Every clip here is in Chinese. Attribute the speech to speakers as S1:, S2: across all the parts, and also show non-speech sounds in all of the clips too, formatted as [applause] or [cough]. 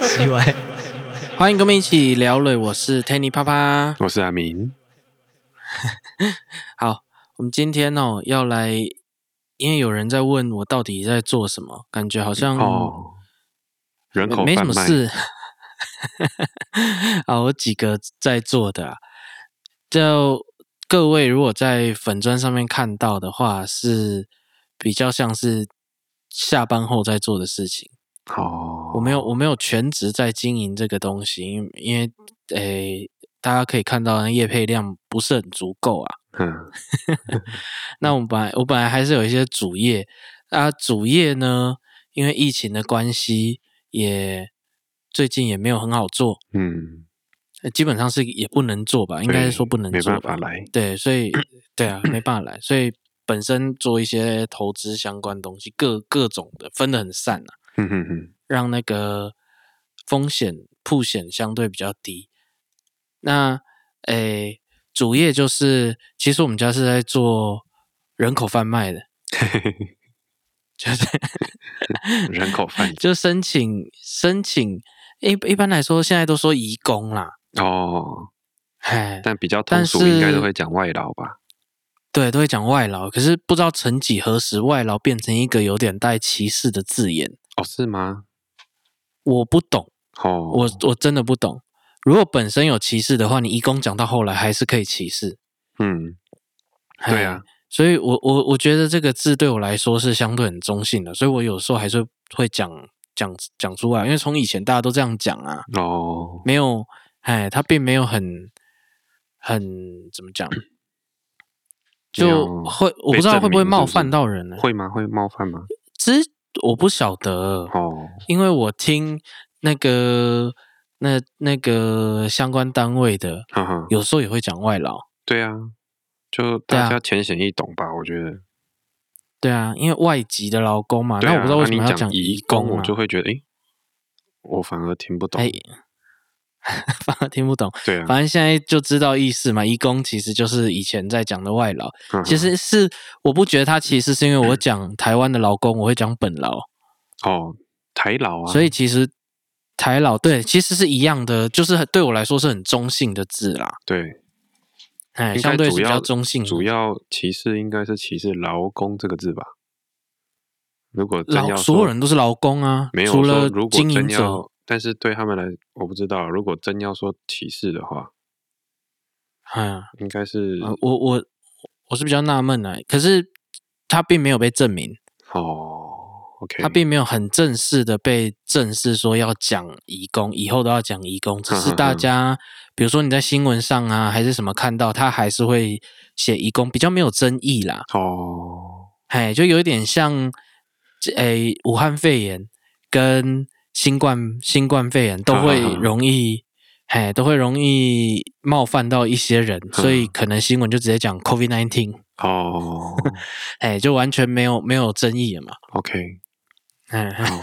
S1: 奇怪，
S2: [laughs] 欢迎跟我们一起聊了，我是 Tanny 啪啪。
S3: 我是阿明，
S2: 好，我们今天哦要来，因为有人在问我到底在做什么，感觉好像
S3: 哦，人口
S2: 没什
S3: 贩
S2: 么
S3: 卖，
S2: 事。 [laughs] 啊，我几个在做的、啊，就各位如果在粉砖上面看到的话，是比较像是下班后在做的事情。
S3: 哦，
S2: 我没有，我没有全职在经营这个东西，因为因为诶，大家可以看到，业配量不是很足够啊。
S3: 嗯，
S2: 那我本来我本来还是有一些主业啊，主业呢，因为疫情的关系，也最近也没有很好做，
S3: 嗯，
S2: 呃基本上是也不能做吧，应该是说不能
S3: 没
S2: 做
S3: 办
S2: 吧
S3: 法。来，
S2: 对，所以对啊，没办法来，所以本身做一些投资相关东西，各各种的分得很散啊，
S3: 嗯哼哼，
S2: 让那个风险铺险相对比较低。那诶，主业就是，其实我们家是在做人口贩卖的。就是
S3: 人口
S2: [laughs]
S3: 贩
S2: 就申请申请，一一般来说现在都说移工啦，
S3: 哦，
S2: 哎，
S3: 但比较
S2: 但
S3: 通俗，应该
S2: 是
S3: 都会讲外劳吧？
S2: 对，都会讲外劳，可是不知道曾几何时，外劳变成一个有点带歧视的字眼，
S3: 哦，是吗？
S2: 我不懂，
S3: 哦，
S2: 我我真的不懂。如果本身有歧视的话，你移工讲到后来还是可以歧视，
S3: 嗯，
S2: 哎
S3: 对啊，，
S2: 所以我我我觉得这个字对我来说是相对很中性的，所以我有时候还是会讲讲讲出来，因为从以前大家都这样讲啊，
S3: 哦，
S2: 没有，哎，他并没有很很怎么讲，
S3: 没
S2: 就
S3: 有
S2: 会我不知道会不会冒犯到人呢、
S3: 会吗？会冒犯吗？
S2: 其实我不晓得，
S3: 哦，
S2: 因为我听那个那那个相关单位的，
S3: 哈哈，
S2: 有时候也会讲外劳。
S3: 对啊，就
S2: 对啊
S3: 大家浅显易懂吧？我觉得，
S2: 对啊，因为外籍的劳工嘛，
S3: 对
S2: 那
S3: 啊，
S2: 我不知道为
S3: 啊
S2: 什
S3: 你
S2: 么要
S3: 讲
S2: 移
S3: 工，
S2: 啊
S3: 我就会觉得，诶，我反而听不懂
S2: 哎。，反而听不懂。
S3: 对啊，
S2: 反正现在就知道意思嘛，移工其实就是以前在讲的外劳，
S3: 哈哈
S2: 其实是我不觉得他歧视，是因为我讲台湾的劳工，我会讲本劳，
S3: 哦，台劳啊，
S2: 所以其实台劳对其实是一样的，就是很对我来说是很中性的字啦，
S3: 对，
S2: 哎，
S3: 应该
S2: 相对是
S3: 主
S2: 比
S3: 要
S2: 较中性的。
S3: 主要歧视应该是歧视“劳工”这个字吧？如果真
S2: 劳
S3: 要
S2: 所
S3: 说
S2: 有人都是劳工啊，
S3: 没有
S2: 除
S3: 说
S2: 了
S3: 如果
S2: 经营
S3: 真
S2: 者
S3: 要，但是对他们来，我不知道。如果真要说歧视的话，
S2: 嗯，
S3: 应该是、
S2: 呃我我我是比较纳闷啊，可是他并没有被证明，
S3: 哦，OK，
S2: 他并没有很正式的被正式说要讲移工，以后都要讲移工，只是大家比如说你在新闻上啊，还是什么看到，他还是会写移工，比较没有争议啦。
S3: 哦，
S2: 哎，就有一点像，诶、武汉肺炎跟新冠新冠肺炎都会
S3: 嗯嗯嗯
S2: 容易。哎，都会容易冒犯到一些人，所以
S3: 嗯
S2: 可能新闻就直接讲 COVID nineteen， [laughs]
S3: 哦
S2: 哎，就完全没有没有争议了嘛。 [laughs]
S3: ，OK，
S2: 嗯，
S3: 好，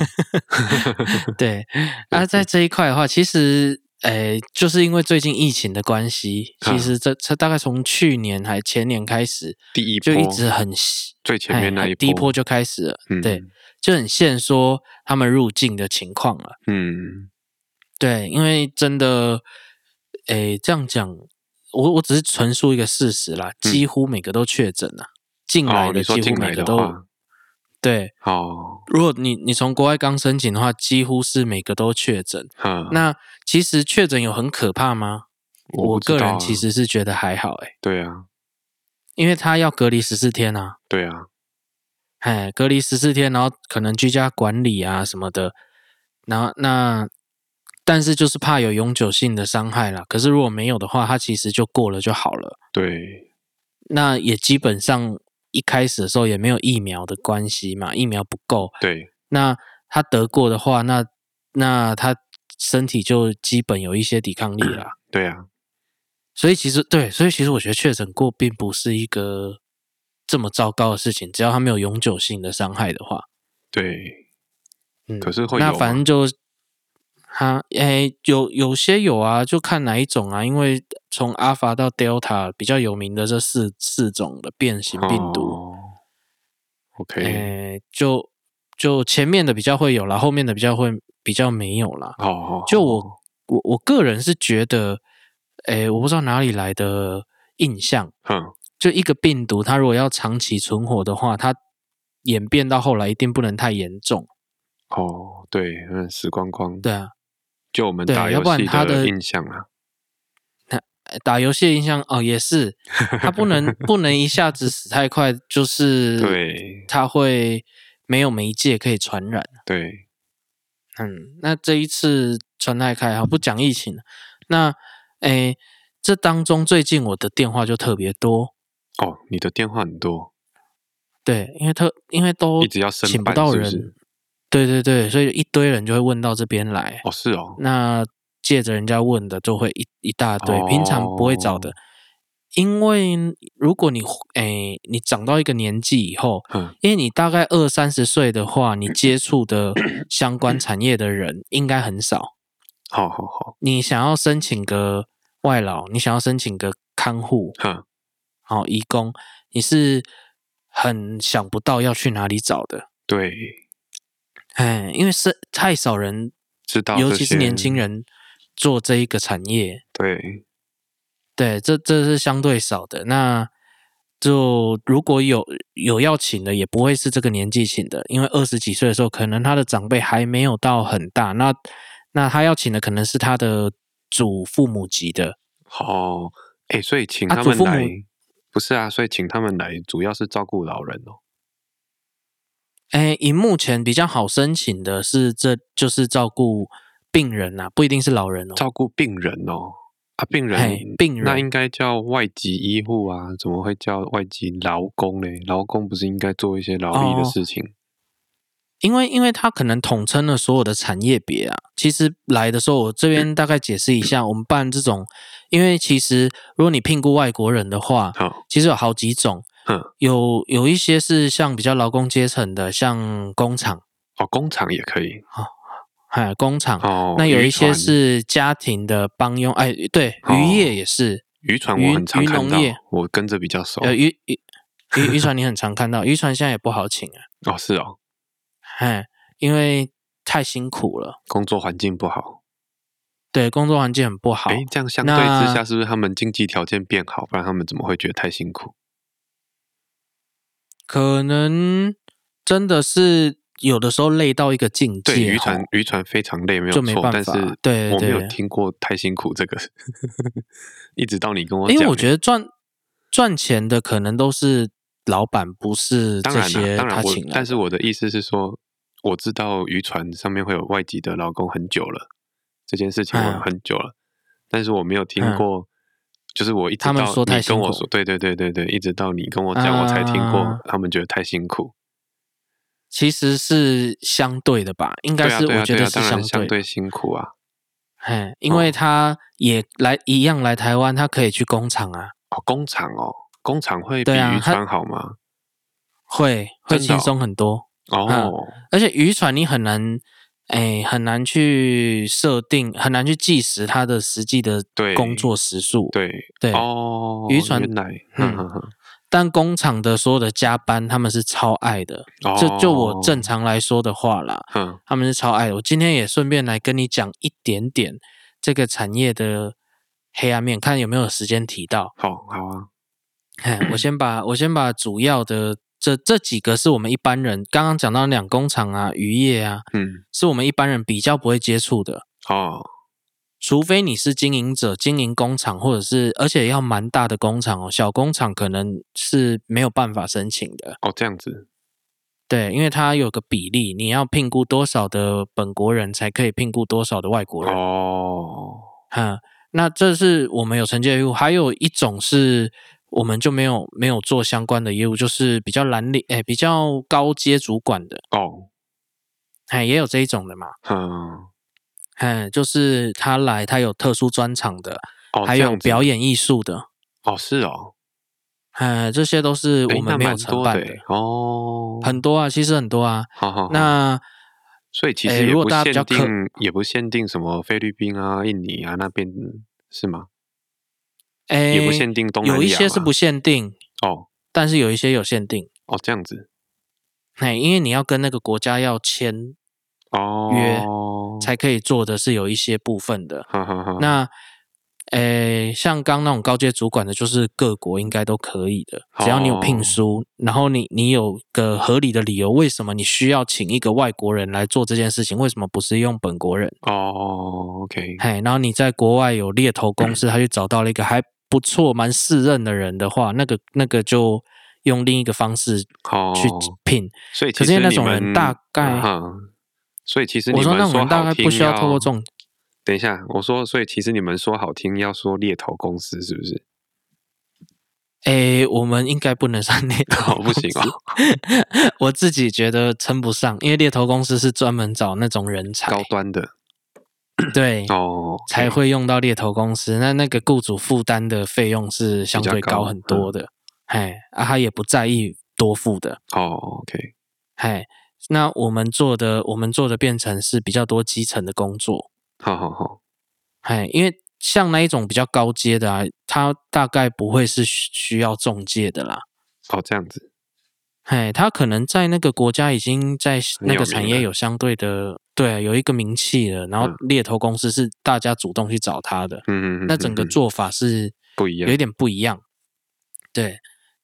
S2: 对，啊，在这一块的话，其实，诶、就是因为最近疫情的关系，
S3: 啊
S2: 其实这这大概从去年还前年开始，
S3: 第一
S2: 就一
S3: 波
S2: 直很细
S3: 最前面
S2: 哎
S3: 那
S2: 很
S3: 一
S2: 第一
S3: 波
S2: 波就开始了，
S3: 嗯
S2: 对，就很限说他们入境的情况了。
S3: 嗯，
S2: 对，因为真的，诶、这样讲，我我只是陈述一个事实啦，
S3: 嗯
S2: 几乎每个都确诊了，进来
S3: 哦，
S2: 的
S3: 你说
S2: 几
S3: 进
S2: 乎
S3: 来
S2: 每个
S3: 的
S2: 都、
S3: 话，
S2: 对。
S3: 哦，
S2: 如果你你从国外刚申请的话，几乎是每个都确诊。
S3: 哈，
S2: 那其实确诊有很可怕吗？
S3: 我不知
S2: 个
S3: 道
S2: 人
S3: 啊
S2: 其实是觉得还好、欸，
S3: 对啊，
S2: 因为他要隔离十四天啊，
S3: 对啊，
S2: 哎，隔离十四天，然后可能居家管理啊什么的，然后那但是就是怕有永久性的伤害啦。可是如果没有的话，他其实就过了就好了。
S3: 对，
S2: 那也基本上一开始的时候也没有疫苗的关系嘛，疫苗不够，
S3: 对，
S2: 那他得过的话，那那他身体就基本有一些抵抗力啦。
S3: 对啊，
S2: 所以其实对，所以其实我觉得确诊过并不是一个这么糟糕的事情，只要它没有永久性的伤害的话，
S3: 对，
S2: 嗯，
S3: 可是会
S2: 那
S3: 有
S2: 反
S3: 啊
S2: 正就哈，诶，有有些有啊，就看哪一种啊，因为从阿法到 Delta 比较有名的这四四种的变形病毒，
S3: 哦
S2: 哎
S3: 哦，OK，
S2: 诶，就就前面的比较会有啦，后面的比较会比较没有啦。
S3: 好好，好
S2: 就我我我个人是觉得，诶，我不知道哪里来的印象，
S3: 哼，
S2: 就一个病毒，它如果要长期存活的话，它演变到后来一定不能太严重。
S3: 哦，对，嗯，死光光，
S2: 对啊，
S3: 就我们
S2: 对
S3: 打
S2: 要
S3: 游
S2: 不然
S3: 戏
S2: 他的
S3: 印象啊，
S2: 呃打游戏的印象哦也是，它不
S3: [laughs]
S2: 能不能一下子死太快，就是
S3: 对
S2: 它会没有媒介可以传染。
S3: 对，
S2: 嗯，那这一次传太开哈，不讲疫情了。那诶，这当中最近我的电话就特别多，
S3: 哦，你的电话很多，
S2: 对，因为特因为都
S3: 一直要申
S2: 请不
S3: 办
S2: 到
S3: 是
S2: 人，
S3: 不是？
S2: 对对对，所以一堆人就会问到这边来。
S3: 哦，是哦，
S2: 那借着人家问的，就会一一大堆，
S3: 哦
S2: 平常不会找的。因为如果你诶，你长到一个年纪以后，
S3: 哼，
S2: 因为你大概二三十岁的话，你接触的相关产业的人应该很少。
S3: 好好好，
S2: 你想要申请个外劳，你想要申请个看护，
S3: 哼，
S2: 好、义工，你是很想不到要去哪里找的，
S3: 对，
S2: 哎，因为是太少人，
S3: 知道，
S2: 尤其是年轻，人做这一个产业，
S3: 对，
S2: 对，这这是相对少的。那就如果有有要请的，也不会是这个年纪请的，因为二十几岁的时候，可能他的长辈还没有到很大，那那他要请的可能是他的祖父母级的，
S3: 哦，哎，所以请
S2: 啊
S3: 他
S2: 祖
S3: 们
S2: 父母
S3: 来，不是啊，所以请他们来主要是照顾老人哦，
S2: 哎，以目前比较好申请的是这，就是照顾病人呐、不一定是老人哦。
S3: 照顾病人哦，啊，病
S2: 嘿
S3: 人，
S2: 病
S3: 那
S2: 人
S3: 应该叫外籍医护啊，怎么会叫外籍劳工呢？劳工不是应该做一些劳力的
S2: 哦
S3: 事情？
S2: 因为因为他可能统称了所有的产业别啊。其实来的时候，我这边大概解释一下，我们办这种，因为其实如果你聘雇外国人的话，
S3: 好，
S2: 其实有好几种
S3: 嗯，
S2: 有有一些是像比较劳工阶层的，像工厂，
S3: 哦，工厂也可以，
S2: 哎，工厂。
S3: 哦，
S2: 那有
S3: 渔
S2: 一些
S3: 船哦
S2: 是家庭的帮佣，哎，对，渔业也是，
S3: 渔船，
S2: 渔
S3: 我很常
S2: 渔
S3: 看
S2: 农
S3: 到
S2: 业，
S3: 我跟着比较熟。
S2: 呃，渔
S3: [laughs]
S2: 渔渔渔船你很常看到，渔船现在也不好请啊，
S3: 哦，是哦，
S2: 哎，因为太辛苦了，
S3: 工作环境不好。
S2: 对，工作环境很不好。
S3: 哎，这样相对之下，
S2: 那
S3: 是不是他们经济条件变好？不然他们怎么会觉得太辛苦？
S2: 可能真的是有的时候累到一个境界
S3: 对，
S2: 吼，
S3: 渔船渔船非常累，没有
S2: 就没
S3: 错，
S2: 办
S3: 但是
S2: 法对
S3: 我没有
S2: 对
S3: 听过太辛苦这个， [laughs] 一直到你跟我讲，
S2: 因为我觉
S3: 得
S2: 得赚赚钱的可能都是老板，不是
S3: 当
S2: 这
S3: 然啦
S2: 些
S3: 当然
S2: 他
S3: 我
S2: 请，来
S3: 但是
S2: 的
S3: 我的意思是说，我知道渔船上面会有外籍的劳工很久了，这件事情我
S2: 嗯
S3: 很久了，但是我没有听
S2: 嗯
S3: 过，就是我一直
S2: 他们
S3: 到
S2: 说
S3: 你
S2: 太
S3: 跟
S2: 辛
S3: 我
S2: 苦
S3: 说，对对对对对，一直到你跟我讲，我才听过
S2: 啊
S3: 他们觉得太辛苦。
S2: 其实是相对的吧，应该
S3: 对啊
S2: 是
S3: 对啊
S2: 我觉
S3: 对
S2: 得
S3: 啊，
S2: 是
S3: 当然
S2: 对
S3: 相
S2: 的
S3: 对辛苦啊。
S2: 哎，因为
S3: 哦
S2: 他也来一样来台湾，他可以去工厂啊，
S3: 哦，工厂哦，工厂会比
S2: 对啊
S3: 渔
S2: 它
S3: 船好吗？
S2: 会会
S3: 真的
S2: 轻
S3: 哦
S2: 松很多。
S3: 哦，
S2: 而且渔船你很难，哎，很难去设定，很难去计时它的实际的
S3: 对
S2: 工作时数。
S3: 对
S2: 对
S3: 哦，
S2: 渔船
S3: 原来，
S2: 嗯
S3: 嗯哼哼，
S2: 但工厂的所有的加班，他们是超爱的。
S3: 哦
S2: 就就我正，常来说的话啦，
S3: 哼，
S2: 他们是超爱的。我今天也顺便来跟你讲一点点这个产业的黑暗面，看有没有时间提到。
S3: 好好啊，
S2: 哎，我先把我先把主要的这这几个是我们一般人刚刚讲到两工厂啊、渔业啊，
S3: 嗯，
S2: 是我们一般人比较不会接触的。
S3: 哦，
S2: 除非你是经营者，经营工厂，或者是而且要蛮大的工厂哦，小工厂可能是没有办法申请的。
S3: 哦，这样子，
S2: 对，因为它有个比例，你要聘估多少的本国人才可以聘估多少的外国人。
S3: 哦，
S2: 哈、那这是我们有承接的业务，还有一种是我们就没有没有做相关的业务，就是比较蓝领，哎，比较高阶主管的，
S3: 哦，
S2: 哎，也有这一种的嘛。
S3: 嗯，
S2: 嗯，就是他来，他有特殊专场的，
S3: 哦，
S2: 还
S3: 这
S2: 有
S3: 样子
S2: 表，演艺术的，
S3: 哦，是哦，
S2: 嗯，这些都是
S3: 诶
S2: 我
S3: 那
S2: 们没有
S3: 蛮
S2: 承
S3: 多
S2: 办
S3: 的欸哦诶，哦，
S2: 很多啊，其实很多啊。
S3: 好好，好
S2: 那
S3: 所以其
S2: 诶
S3: 实也
S2: 如果
S3: 不
S2: 大家比
S3: 限
S2: 较客
S3: 定，也不限定什么菲律宾啊、印尼啊那边是吗？
S2: 诶，
S3: 也不限定东南亚
S2: 有
S3: 吗，
S2: 一些是不限定，
S3: 哦
S2: 但是有一些有限定。
S3: 哦这样子，
S2: 哎，因为你要跟那个国家要签，
S3: 哦，
S2: 才可以做的是有一些部分的。
S3: 哈哈哈，
S2: 那，诶，像刚那种高阶主管的，就是各国应该都可以的，只要你有
S3: 哦
S2: 聘书，然后你你有个合理的理由，为什么你需要请一个外国人来做这件事情？为什么不是用本国人？
S3: 哦，OK，
S2: 嘿，然后你在国外有猎头公司，他去找到了一个还不错、蛮适任的人的话，那个那个就用另一个方式
S3: 好，
S2: 去聘。
S3: 哦所以
S2: 可
S3: 其
S2: 是
S3: 实
S2: 那
S3: 你
S2: 种人
S3: 们
S2: 大概
S3: 哈所以其实
S2: 我
S3: 你
S2: 说
S3: 们
S2: 那种人大概
S3: 好听
S2: 不需要透过这种，
S3: 等一下，我说，所以其实你们说好听要说猎头公司是不是？
S2: 诶，我们应该不能算猎头
S3: 哦，不行啊、
S2: 公司 [laughs] 我自己觉得称不上，因为猎头公司是专门找那种人才，
S3: 高端的
S2: 对，
S3: 哦，
S2: 才会用到猎头公司。那那个雇主负担的费用是相对
S3: 比较高嗯
S2: 高很多的，嘿，啊，他也不在意多付的，
S3: 哦，OK，
S2: 嘿。那我们做的，我们做的变成是比较多基层的工作，
S3: 好好好，
S2: 嘿，因为像那一种比较高阶的啊，他大概不会是需需要中介的啦。
S3: 哦这样子，
S2: 哎，他可能在那个国家已经在
S3: 很
S2: 那
S3: 有
S2: 个
S3: 名
S2: 产业
S3: 了
S2: 有相对的，对，有一个名气了。然后
S3: 嗯
S2: 猎头公司是大家主动去找他的，
S3: 嗯，嗯嗯
S2: 那整个
S3: 嗯嗯
S2: 做法是
S3: 不一样
S2: 有一，点不一样。对，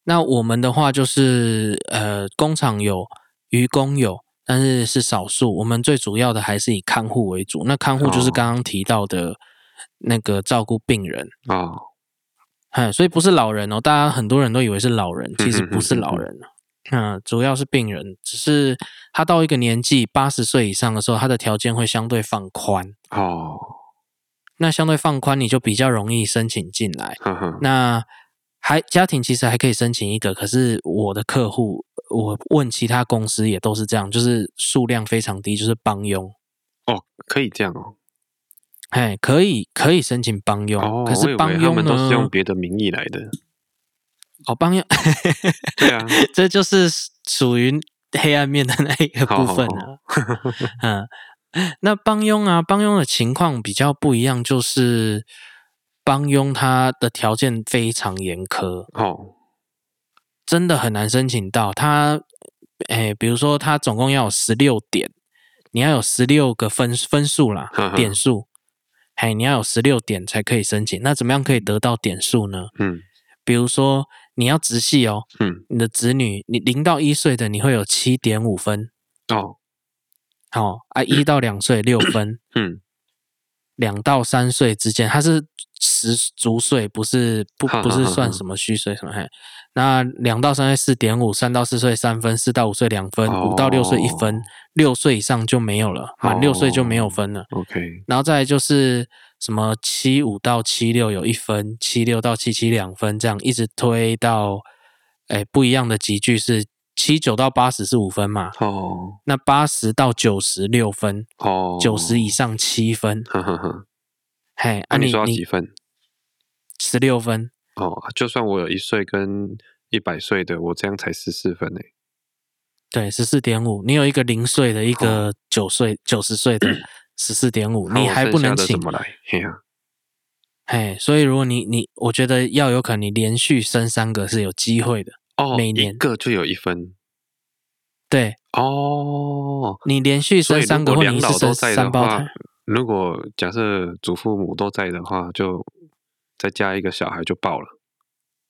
S2: 那我们的话就是呃，工厂有，愚公有，但是是少数。我们最主要的还是以看护为主。那看护就是
S3: 哦
S2: 刚刚提到的那个照顾病人，
S3: 哦，
S2: 嗯，所以不是老人哦，大家很多人都以为是老人，
S3: 嗯
S2: 其实不是老人。嗯，主要是病人，只是他到一个年纪，八十岁以上的时候，他的条件会相对放宽。
S3: 哦，
S2: 那相对放宽，你就比较容易申请进来。
S3: 哈哈，
S2: 那还家庭其实还可以申请一个，可是我的客户，我问其他公司也都是这样，就是数量非常低，就是帮佣。
S3: 哦，可以这样哦，
S2: 哎，可以可以申请帮佣，
S3: 哦，
S2: 可
S3: 我以
S2: 是
S3: 为
S2: 帮
S3: 他
S2: 佣呢？
S3: 们都是用别的名义来的，
S2: 哦，帮佣，
S3: 对啊，
S2: 这就是属于黑暗面的那一个部分啊。 [laughs] 嗯，那帮佣啊，帮佣的情况比较不一样，就是帮佣他的条件非常严苛，
S3: 哦，
S2: 真的很难申请到。他，诶，比如说他总共要有十六点，你要有十六个分分数啦
S3: 呵，呵
S2: 点数。嘿，你要有十六点才可以申请。那怎么样可以得到点数呢？
S3: 嗯
S2: 比如说你要直系哦，
S3: 嗯，
S2: 你的子女，你零到一岁的你会有七点五分，
S3: 哦，
S2: 哦啊，一到两岁六分，
S3: 嗯，
S2: 两到三岁之间，它是实足岁，不是不
S3: 哈哈哈
S2: 不是算什么虚岁什么嘿。那两到三岁四点五，三到四岁三分，四到五岁两分，
S3: 哦哦
S2: 五到六岁一分，六岁以上就没有了，满六岁就没有分了。
S3: ，OK，
S2: 然后再来就是什么七五到七六有一分，七六到七七两分，这样一直推到，哎，不一样的集距是七九到八十是五分嘛，
S3: 哦
S2: 那八十到九十六分，
S3: 哦，
S2: 九十，以上七分，
S3: 哈哈哈，
S2: 嘿，
S3: 那
S2: 啊
S3: 你
S2: 你
S3: 说要
S2: 你
S3: 几分？
S2: 十六分，
S3: 哦，就算我有一岁跟一百岁的，我这样才十四分呢。
S2: 对，十四点五，你有一个零岁的，一
S3: 哦
S2: 个九岁九十岁
S3: [clears throat]
S2: 的十四点五，
S3: 那
S2: 你
S3: 我
S2: 还
S3: 剩
S2: 不
S3: 下
S2: 能
S3: 的
S2: 请
S3: 怎，么来？嘿呀，
S2: 嘿，所以如果你你，我觉得要有可能你连续升三个是有机会的，
S3: 哦，
S2: 每
S3: 一
S2: 年
S3: 个就有一分
S2: 对
S3: 哦。
S2: 你连续
S3: 所
S2: 生
S3: 以如
S2: 三个，
S3: 果
S2: 或
S3: 两
S2: 你
S3: 老
S2: 是
S3: 都
S2: 生
S3: 在的
S2: 三胞
S3: 话
S2: 胎，，
S3: 如果假设祖父母都在的话，就再加一个小孩就爆了，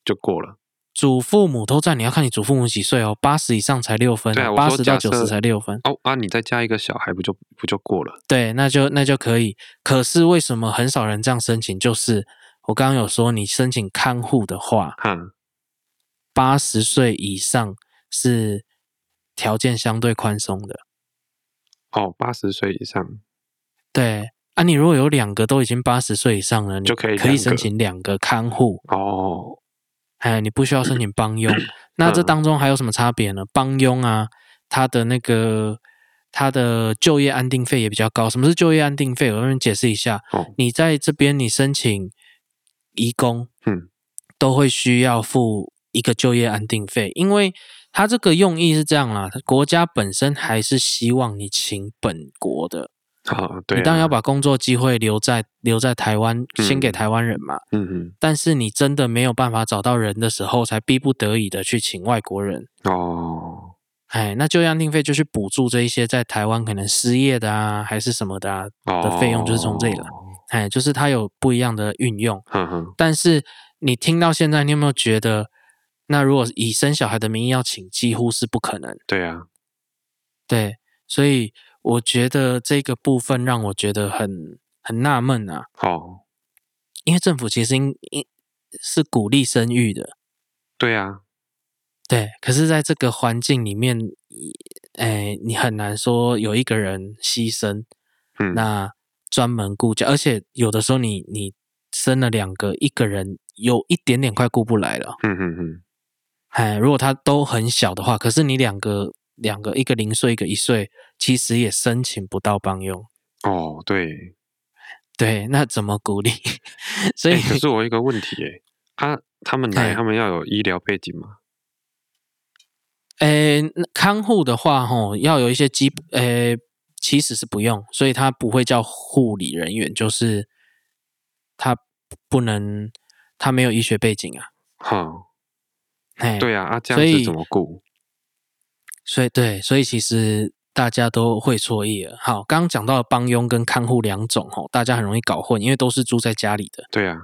S3: 就过了。
S2: 祖父母都在，你要看你祖父母几岁哦，八十以上才六分
S3: 对啊，
S2: 哦，
S3: 我
S2: 八
S3: 说
S2: 十
S3: 假
S2: 到九
S3: 设
S2: 十才六分，
S3: 哦啊，你再加一个小孩不就不就过了？
S2: 对，那就那就可以。可是为什么很少人这样申请？就是我刚刚有说，你申请看护的话，
S3: 哈，
S2: 八十岁以上是条件相对宽松的。
S3: 哦，八十岁以上
S2: 对啊，你如果有两个都已经八十岁以上了，你
S3: 就可以
S2: 可以
S3: 两
S2: 申
S3: 个
S2: 请两个看护，
S3: 哦，
S2: 哎，你不需要申请帮佣。那这
S3: 嗯
S2: 当中还有什么差别呢？帮佣啊，他的那个他的就业安定费也比较高。什么是就业安定费？我跟你解释一下。
S3: 哦
S2: 你在这边你申请移工，
S3: 嗯，
S2: 都会需要付一个就业安定费，因为它这个用意是这样啦，国家本身还是希望你请本国的，
S3: 啊，对啊，
S2: 你当然要把工作机会留在留在台湾，
S3: 嗯
S2: 先给台湾人嘛。
S3: 嗯
S2: 但是你真的没有办法找到人的时候，才逼不得已的去请外国人。
S3: 嗯哦，
S2: 哎，那就业安定费就去补助这一些在台湾可能失业的啊，还是什么的啊，的费用就是从这里来
S3: 哦。
S2: 哎，就是它有不一样的运用。
S3: 哼哼，
S2: 但是你听到现在，你有没有觉得，那如果以生小孩的名义要请，几乎是不可能。
S3: 对啊，
S2: 对，所以我觉得这个部分让我觉得很很纳闷啊，
S3: 哦，
S2: 因为政府其实应应是鼓励生育的，
S3: 对啊，
S2: 对，可是在这个环境里面，哎，你很难说有一个人牺牲，
S3: 嗯，
S2: 那专门顾家，而且有的时候你你生了两个，一个人有一点点快顾不来了。
S3: 嗯嗯嗯，
S2: 哎，如果他都很小的话，可是你两个两个，一个零岁，一个一岁，其实也申请不到帮佣。
S3: 哦，对，
S2: 对，那怎么鼓励？ [laughs] 所以、
S3: 哎，可是我有一个问题，哎，他他们来，
S2: 哎
S3: 他们要有医疗背景吗？
S2: 诶，呃那看护的话，吼，要有一些基，诶，其实是不用，所以他不会叫护理人员，就是他不能，他没有医学背景啊，
S3: 哈，
S2: 嘿，，
S3: 对啊，啊，这
S2: 所
S3: 样
S2: 以
S3: 子怎么顾？
S2: 所以对，所以其实大家都会错意了。好，刚刚讲到的帮佣跟看护两种，吼，大家很容易搞混，因为都是住在家里的，
S3: 对啊，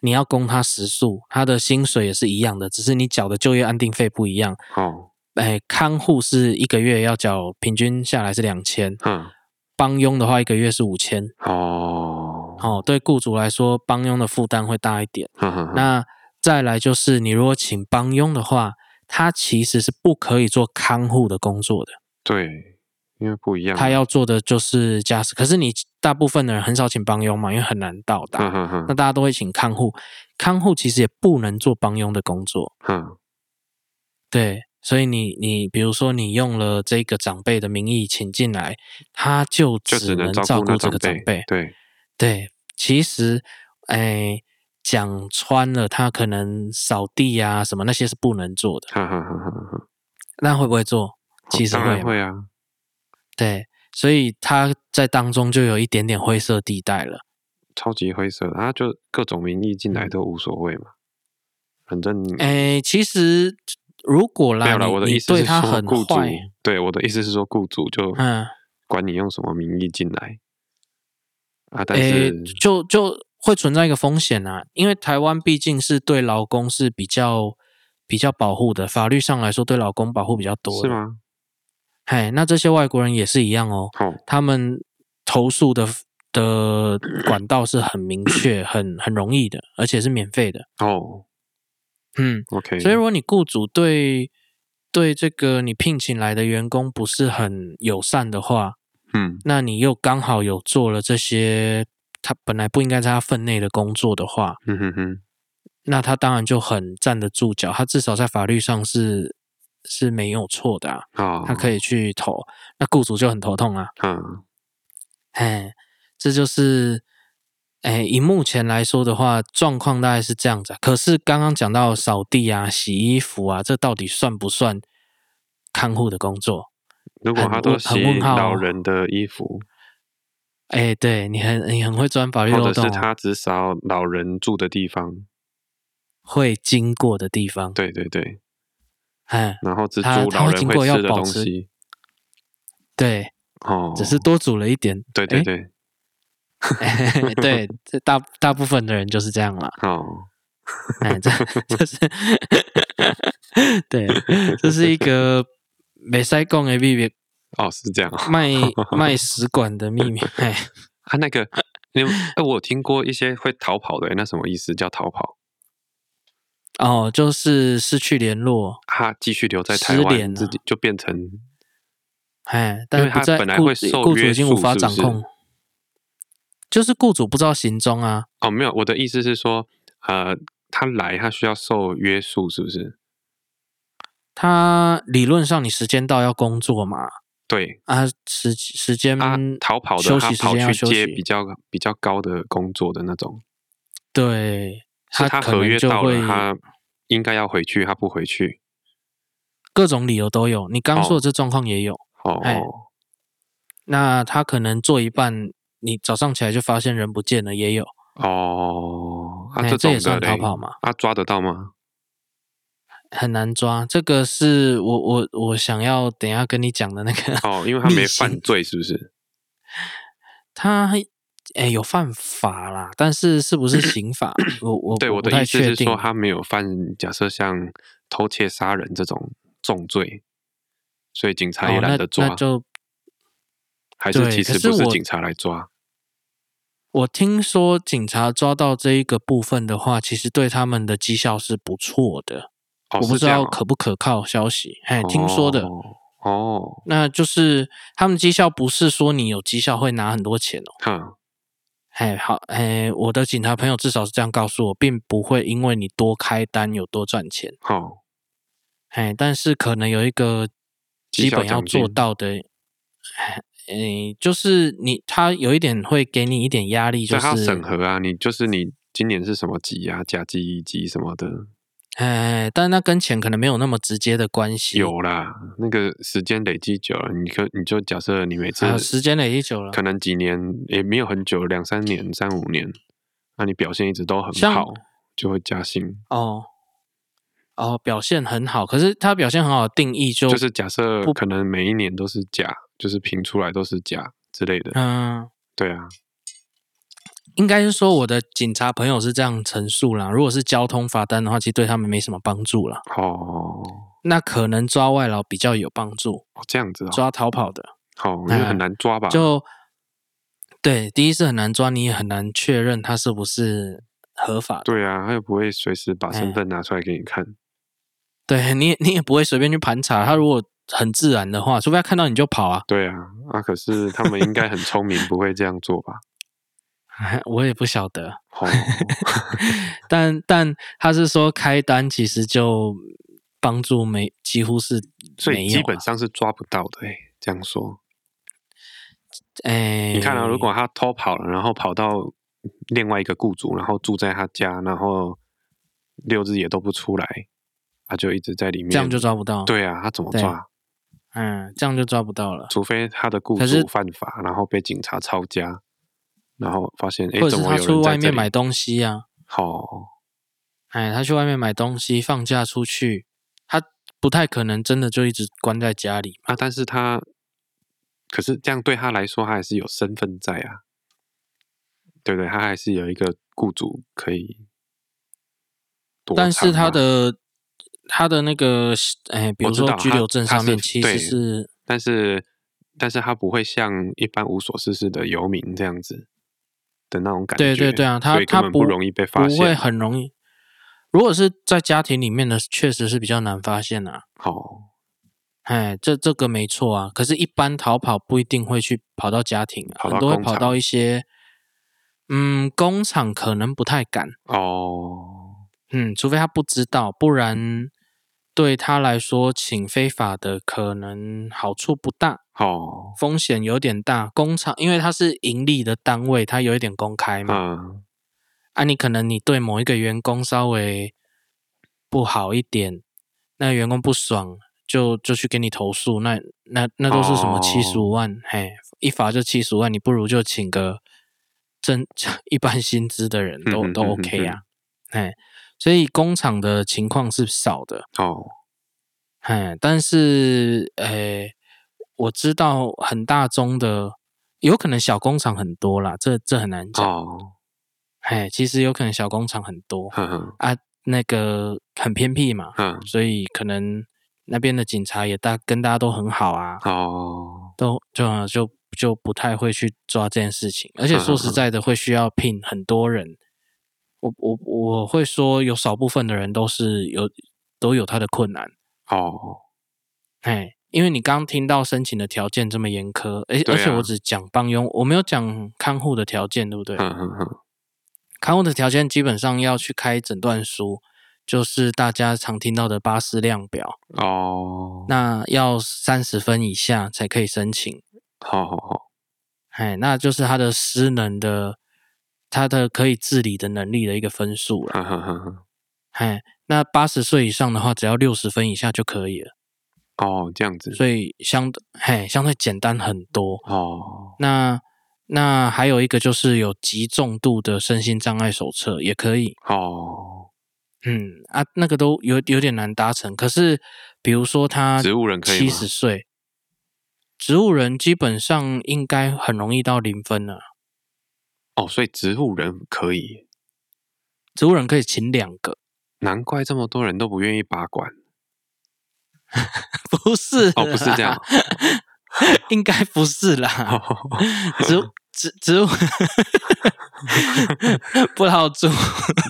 S2: 你要供他食宿，他的薪水也是一样的，只是你缴的就业安定费不一样。
S3: 哦，
S2: 诶，看护是一个月要缴，平均下来是两千。
S3: 哼，
S2: 帮佣的话，一个月是五千，
S3: 哦，
S2: 哦，嗯对雇主来说，帮佣的负担会大一点。
S3: 哼哼哼，
S2: 那再来就是，你如果请帮佣的话，他其实是不可以做看护的工作的，
S3: 对，因为不一样，
S2: 他要做的就是家事。可是你大部分的人很少请帮佣嘛，因为很难到达，
S3: 哼哼哼
S2: 那大家都会请看护。看护其实也不能做帮佣的工作，
S3: 哼，
S2: 对。所以你你比如说你用了这个长辈的名义请进来，他就
S3: 就
S2: 只能
S3: 能照
S2: 照
S3: 那
S2: 顾这个长辈
S3: 辈，，对，
S2: 对，其实，哎，讲穿了，他可能扫地啊什么那些是不能做的。
S3: 哼哼哼哼哼，
S2: 那会不会做？其实
S3: 哦当
S2: 会
S3: 然
S2: 嘛，
S3: 会啊，
S2: 对，所以他在当中就有一点点灰色地带了。
S3: 超级灰色，他就各种名义进来
S2: 嗯
S3: 都无所谓嘛，反正
S2: 哎，其实如果
S3: 没
S2: 啦，
S3: 有啦，我的
S2: 你
S3: 意
S2: 你
S3: 思
S2: 对
S3: 是
S2: 他
S3: 说
S2: 很
S3: 雇主
S2: 坏，，
S3: 对我的意思是说雇主就
S2: 嗯，
S3: 管你用什么名义进来啊，但
S2: 哎
S3: 是，
S2: 就就会存在一个风险啊，因为台湾毕竟是对劳工是比较比较保护的，法律上来说对劳工保护比较多
S3: 是
S2: 的。
S3: 吗？
S2: 哎，那这些外国人也是一样哦。
S3: 哦，
S2: 他们投诉的的管道是很明确、很很容易的，而且是免费的。
S3: 哦
S2: 嗯，
S3: ，OK，
S2: 所以如果你雇主对对这个你聘请来的员工不是很友善的话，
S3: 嗯，
S2: 那你又刚好有做了这些他本来不应该在他分内的工作的话，
S3: 嗯哼哼，
S2: 那他当然就很站得住脚，他至少在法律上是是没有错的、啊，
S3: 哦，
S2: 他可以去投。那雇主就很头痛啊。
S3: 嗯，
S2: 哎，这就是，哎，以目前来说的话，状况大概是这样子啊、可是刚刚讲到扫地啊、洗衣服啊，这到底算不算看护的工作？
S3: 如果
S2: 很
S3: 他都
S2: 问很
S3: 洗
S2: 问号
S3: 老
S2: 哦
S3: 人的衣服，
S2: 哎，对你很你很会钻法律
S3: 或
S2: 漏
S3: 者是
S2: 洞哦、
S3: 他只扫老人住的地方，
S2: 会经过的地方，
S3: 对对对，
S2: 哎，
S3: 然后只
S2: 他
S3: 煮
S2: 他
S3: 老
S2: 会
S3: 人
S2: 经
S3: 会
S2: 过要
S3: 吃的
S2: 保
S3: 东
S2: 持
S3: 西，
S2: 对，
S3: 哦，
S2: 只是多煮了一点，
S3: 对对
S2: 哎
S3: 对，
S2: 对，这大大部分的人就是这样啦。
S3: 哦，
S2: 哎，
S3: [laughs]
S2: 这这是 [laughs] 对，这是一个没塞贡的秘密，
S3: 哦是这样 [laughs] 哦，
S2: 卖
S3: [laughs]
S2: 卖食管的秘密。哎，
S3: 他那个，你有哎，我有听过一些会逃跑的，那什么意思？叫逃跑？
S2: 哦，就是失去联络，
S3: 他继续留在台
S2: 失联啊
S3: 湾，
S2: 了
S3: 自己就变成
S2: 哎，
S3: 因
S2: 但
S3: 为
S2: 是不
S3: 他
S2: 在
S3: 本来
S2: 雇
S3: 会受
S2: 雇主
S3: 约
S2: 已经无
S3: 束
S2: 法
S3: 是不
S2: 掌
S3: 是
S2: 控，就是雇主不知道行踪啊。
S3: 哦，没有，我的意思是说，呃，他来他需要受约束，是不是？
S2: 他理论上你时间到要工作嘛，
S3: 对，
S2: 啊，时时间、
S3: 他逃跑
S2: 嗯
S3: 的
S2: 休
S3: 他
S2: 息时
S3: 跑
S2: 间要
S3: 去
S2: 休
S3: 接
S2: 息
S3: 比较比较高的工作的那种，
S2: 对，
S3: 是
S2: 他可
S3: 合
S2: 能
S3: 约
S2: 就
S3: 到
S2: 会
S3: 了，他应该要回去，他不回去。
S2: 各种理由都有。你刚说
S3: 哦
S2: 的这状况也有，
S3: 哦
S2: 哎
S3: 哦
S2: 那他可能做一半，你早上起来就发现人不见了，也有。
S3: 哦，啊，
S2: 哎，
S3: 这
S2: 这
S3: 种
S2: 也
S3: 的
S2: 算逃
S3: 嘞，
S2: 跑嘛？
S3: 啊，抓得到吗？
S2: 很难抓。这个是我我我想要等一下跟你讲的那个， [laughs]
S3: 哦，因为他没
S2: 逆行
S3: 犯罪，是不是？
S2: 他哎有犯法啦，但是是不
S3: [clears throat]
S2: 是刑法？我我
S3: 对，
S2: 我
S3: 我
S2: 不
S3: 的
S2: 太
S3: 意思
S2: 确
S3: 是
S2: 定
S3: 说，。他没有犯假设像偷窃、杀人这种重罪，所以警察也
S2: 哦，那
S3: 懒得抓
S2: 那，就
S3: 还是
S2: 对
S3: 其
S2: 可
S3: 实
S2: 是
S3: 不是
S2: 我
S3: 警察来抓？哦
S2: 我听说警察抓到这一个部分的话，其实对他们的绩效是不错的。
S3: 哦，
S2: 我不
S3: 是
S2: 知
S3: 这样
S2: 道
S3: 哦
S2: 可不可靠消息，哎，听说的。
S3: 哦哦，
S2: 那就是他们绩效不是说你有绩效会拿很多钱哦，
S3: 哼，
S2: 哎，好，哎，我的警察朋友至少是这样告诉我，并不会因为你多开单有多赚钱，
S3: 好，
S2: 哎，但是可能有一个
S3: 绩
S2: 基
S3: 效
S2: 本要
S3: 奖金
S2: 做到的，哎，哎就是你他有一点会给你一点压力，
S3: 那
S2: 就
S3: 他要
S2: 是
S3: 审核啊，你就是你今年是什么级啊，甲级、乙级什么的，
S2: 哎，但那跟钱可能没有那么直接的关系，
S3: 有啦，那个时间累积久了，你可你就假设你每次
S2: 啊，时间累积久了，
S3: 可能几年也没有很久，两三年、三五年，那你表现一直都很
S2: 像
S3: 好，就会加薪。
S2: 哦哦，表现很好，可是他表现很好的定义就
S3: 就是假设可能每一年都是甲，就是评出来都是甲之类的。
S2: 嗯。
S3: 对啊，
S2: 应该是说我的警察朋友是这样陈述啦。如果是交通罚单的话，其实对他们没什么帮助啦。
S3: 哦，
S2: 那可能抓外劳比较有帮助，
S3: 哦这样子哦，
S2: 抓逃跑的
S3: 哦，因为很难抓吧？
S2: 哎就对，第一是很难抓，你也很难确认他是不是合法的。
S3: 对啊，他又不会随时把
S2: 哎
S3: 身份拿出来给你看。
S2: 对，你也你也不会随便去盘查他。如果很自然的话，除非他看到你就跑啊。 [laughs]
S3: 对啊，啊，可是他们应该很聪明，不会这样做吧？
S2: 我也不晓得，
S3: 哦，
S2: [laughs] 但但他是说开单其实就帮助没几乎是
S3: 所
S2: 没
S3: 以
S2: 有
S3: 基
S2: 啊、
S3: 本上是抓不到的、欸。这样说，
S2: 哎，
S3: 你看啊，如果他偷跑了，然后跑到另外一个雇主，然后住在他家，然后六日也都不出来，他就一直在里面。
S2: 这样就抓不到，
S3: 对啊，他怎么
S2: 对
S3: 抓？
S2: 嗯，这样就抓不到了，
S3: 除非他的雇
S2: 可是
S3: 主犯法，然后被警察抄家，然后发现哎，
S2: 或者
S3: 诶怎
S2: 是
S3: 么
S2: 他
S3: 有
S2: 出
S3: 人
S2: 外
S3: 在这
S2: 面
S3: 里？
S2: 买东西啊，
S3: 哦，
S2: 哎，他去外面买东西，放假出去，他不太可能真的就一直关在家里。
S3: 啊，但是他，可是这样对他来说，他还是有身份在啊，对不对？他还是有一个雇主可以躲藏
S2: 但
S3: 嘛。啊
S2: 是他的他的那个，哎，比
S3: 我
S2: 如
S3: 知
S2: 说
S3: 道
S2: 拘
S3: 他
S2: 留证
S3: 他
S2: 上
S3: 是
S2: 面其实
S3: 对
S2: 是
S3: 但是但是他不会像一般无所事事的游民这样子的那种感觉。
S2: 对对对啊，他
S3: 所以根
S2: 他
S3: 本不容易被发
S2: 不会
S3: 现。
S2: 很容易。如果是在家庭里面的，确实是比较难发现啊。
S3: 哦，
S2: 哎，这这个没错啊。可是，一般逃跑不一定会去跑到家庭、啊，
S3: 跑到
S2: 很多会
S3: 工
S2: 跑
S3: 厂
S2: 到一些，嗯，工厂可能不太敢。
S3: 哦，
S2: 嗯，除非他不知道，不然对他来说，请非法的可能好处不大，
S3: 哦，
S2: 风险有点大。工厂因为它是盈利的单位，它有一点公开嘛。
S3: 嗯，
S2: 啊，你可能你对某一个员工稍微不好一点，那员工不爽，就就去给你投诉，那那那都是什么
S3: 哦
S2: 七十五万，嘿，一罚就七十五万，你不如就请个正 [laughs] 一般薪资的人都
S3: 嗯哼
S2: 都
S3: 嗯哼嗯
S2: OK 啊，哎，所以工厂的情况是少的，
S3: 哦，
S2: 哎，但是呃，我知道很大宗的，有可能小工厂很多啦，这这很难讲，
S3: 哦，
S2: 哎、其实有可能小工厂很多，
S3: 哼哼，
S2: 啊，那个很偏僻嘛，
S3: 哼，
S2: 所以可能那边的警察也大跟大家都很好啊，
S3: 哦，
S2: 都就就就不太会去抓这件事情。而且说实
S3: 嗯嗯嗯
S2: 在的，会需要聘很多人。我我我会说，有少部分的人都是有都有他的困难，
S3: 哦，
S2: 哎，因为你刚听到申请的条件这么严苛，而、
S3: 对
S2: 而且
S3: 啊嗯
S2: 我只讲帮佣，我没有讲看护的条件，对不对？
S3: 哼哼哼，
S2: 看护的条件基本上要去开诊断书，就是大家常听到的巴氏量表，
S3: 哦，
S2: 那要三十分以下才可以申请。
S3: 好好好，
S2: 哎，那就是他的失能的，他的可以自理的能力的一个分数了。
S3: 哼哼哼哼，
S2: 哎，那八十岁以上的话，只要六十分以下就可以了，
S3: 哦，这样子，
S2: 所以相嘿相对简单很多。
S3: 哦，
S2: 那那还有一个就是有极重度的身心障碍手册也可以，
S3: 哦，
S2: 嗯啊，那个都有有点难达成。可是，比如说他
S3: 植物人可以
S2: 七
S3: 吗？
S2: 十岁，植物人基本上应该很容易到零分了。
S3: 哦，所以植物人可以，
S2: 植物人可以请两个， [laughs]
S3: 难怪这么多人都不愿意拔管。
S2: 不是？
S3: 哦，不是
S2: [laughs]
S3: 这样，哦，
S2: 应该不是啦。植物植植物 [laughs] 不好做，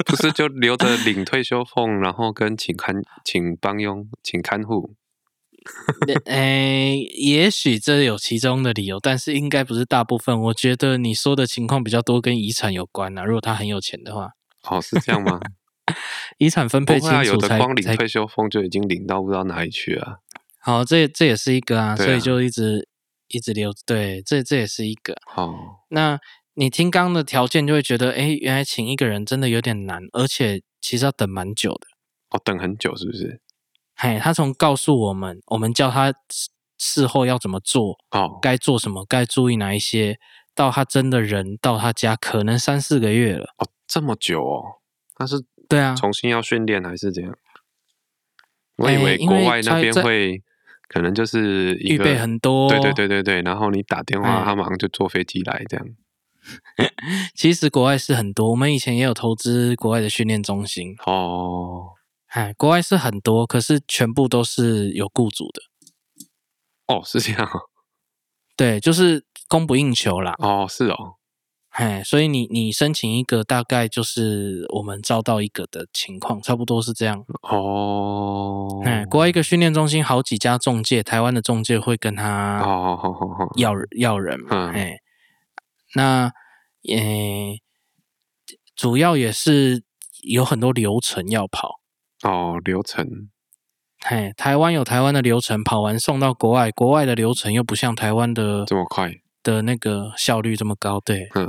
S3: 不是就留着领退休俸，然后跟请看请帮佣请看护。
S2: 诶、也许这有其中的理由，但是应该不是大部分。我觉得你说的情况比较多跟遗产有关啊啦、如果他很有钱的话，
S3: 哦，是这样
S2: [laughs]
S3: 吗？
S2: 遗产分
S3: 不
S2: 配清
S3: 会啊，有
S2: 楚
S3: 的
S2: 才
S3: 光领
S2: 才
S3: 退休俸就已经领到不知道哪里去啊了。
S2: 好，这这也是一个啊，
S3: 对啊
S2: 所以就一直一直留，对，这这也是一个。
S3: 哦，
S2: 那你听刚刚的条件，就会觉得，哎，原来请一个人真的有点难，而且其实要等蛮久的。
S3: 哦，等很久是不是？
S2: 嘿，他从告诉我们，我们叫他事事后要怎么做，
S3: 哦，
S2: 该做什么，该注意哪一些，到他真的人到他家，可能三四个月了。
S3: 哦，这么久哦，他是
S2: 对啊，
S3: 重新要训练还是怎样？我以
S2: 哎
S3: 为
S2: 因
S3: 国
S2: 为
S3: 外那
S2: 他
S3: 边
S2: 在
S3: 会，可能就是一
S2: 预
S3: 个
S2: 备很多。
S3: 对对对对对，然后你打电话，
S2: 哎
S3: 他马上就坐飞机来这样。
S2: 其实国外是很多，我们以前也有投资国外的训练中心，
S3: 哦
S2: 哎，国外是很多，可是全部都是有雇主的，
S3: 哦，是这样哦
S2: 对，就是供不应求啦，
S3: 哦，是哦，
S2: 哎，所以你你申请一个，大概就是我们招到一个的情况，差不多是这样。
S3: 哦，
S2: 哎，国外一个训练中心好几家中介，台湾的中介会跟
S3: 哦，
S2: 他
S3: 好好好好，
S2: 要、要人嘛，
S3: 嗯
S2: 哎，那诶、主要也是有很多流程要跑，
S3: 哦，流程
S2: 嘿，台湾有台湾的流程，跑完送到国外，国外的流程又不像台湾的
S3: 这么快，
S2: 的那个效率这么高。对
S3: 嗯，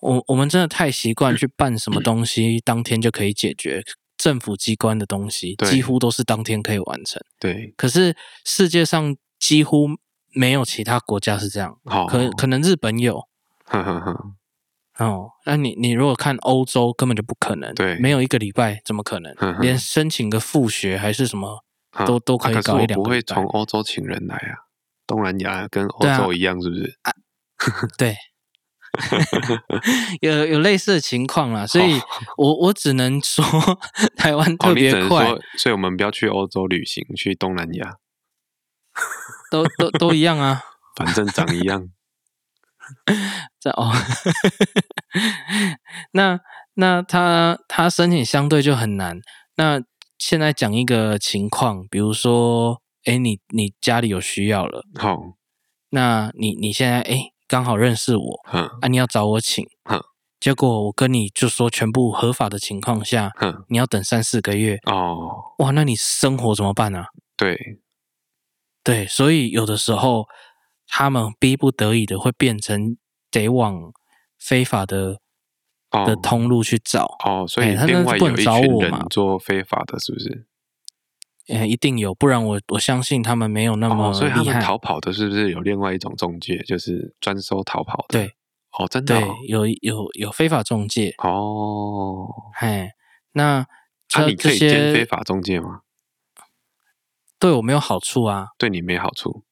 S2: 我，我们真的太习惯去办什么东西，当天就可以解决。政府机关的东西
S3: 对
S2: 几乎都是当天可以完成，
S3: 对，
S2: 可是世界上几乎没有其他国家是这样，
S3: 好，
S2: 可可能日本有
S3: 呵呵呵，
S2: 哦。那你你如果看欧洲，根本就不可能，
S3: 对
S2: 没有一个礼拜怎么可能
S3: 嗯？哼
S2: 连申请个复学还是什么
S3: 哈
S2: 都都
S3: 啊
S2: 可以
S3: 可是
S2: 搞一
S3: 我
S2: 两
S3: 不
S2: 个
S3: 会
S2: 礼拜
S3: 从欧洲请人来啊，东南亚跟欧
S2: 对啊
S3: 洲一样是不是？
S2: 有有类似的情况啦，所以
S3: 哦
S2: 我我只能说 [laughs] 台湾
S3: 哦，
S2: 特
S3: 你
S2: 别
S3: 只能
S2: 快，
S3: 说，所以我们不要去欧洲旅行，去东南亚，
S2: 都都都一样啊。
S3: 反正长一样。
S2: 这哦， [laughs] 那那他他申请相对就很难。那现在讲一个情况，比如说，哎，你你家里有需要了，
S3: 好，
S2: 那你你现在哎刚好认识我
S3: 哼
S2: 啊，你要找我请
S3: 哼，
S2: 结果我跟你就说全部合法的情况下，
S3: 哼，
S2: 你要等三四个月，
S3: 哦，
S2: 哇，那你生活怎么办啊？
S3: 对，
S2: 对，所以有的时候他们逼不得已的会变成得往非法的、
S3: 哦
S2: 的通路去找，
S3: 哦，所以
S2: 哎他那
S3: 另外
S2: 不
S3: 有
S2: 能
S3: 一
S2: 找
S3: 群
S2: 我
S3: 人
S2: 嘛
S3: 做非法的，是不是？
S2: 嗯、一定有，不然我我相信他们没有那么
S3: 哦，所以他
S2: 厉
S3: 们
S2: 害。
S3: 逃跑的，是不是有另外一种中介，就是专收逃跑的？
S2: 对，
S3: 哦，真的
S2: 对
S3: 哦，，
S2: 有有有非法中介，
S3: 哦，
S2: 哎，那
S3: 那、
S2: 这、
S3: 啊你可
S2: 这
S3: 以兼非
S2: 些
S3: 法中介吗？
S2: 对我没有好处啊。
S3: 对你没好处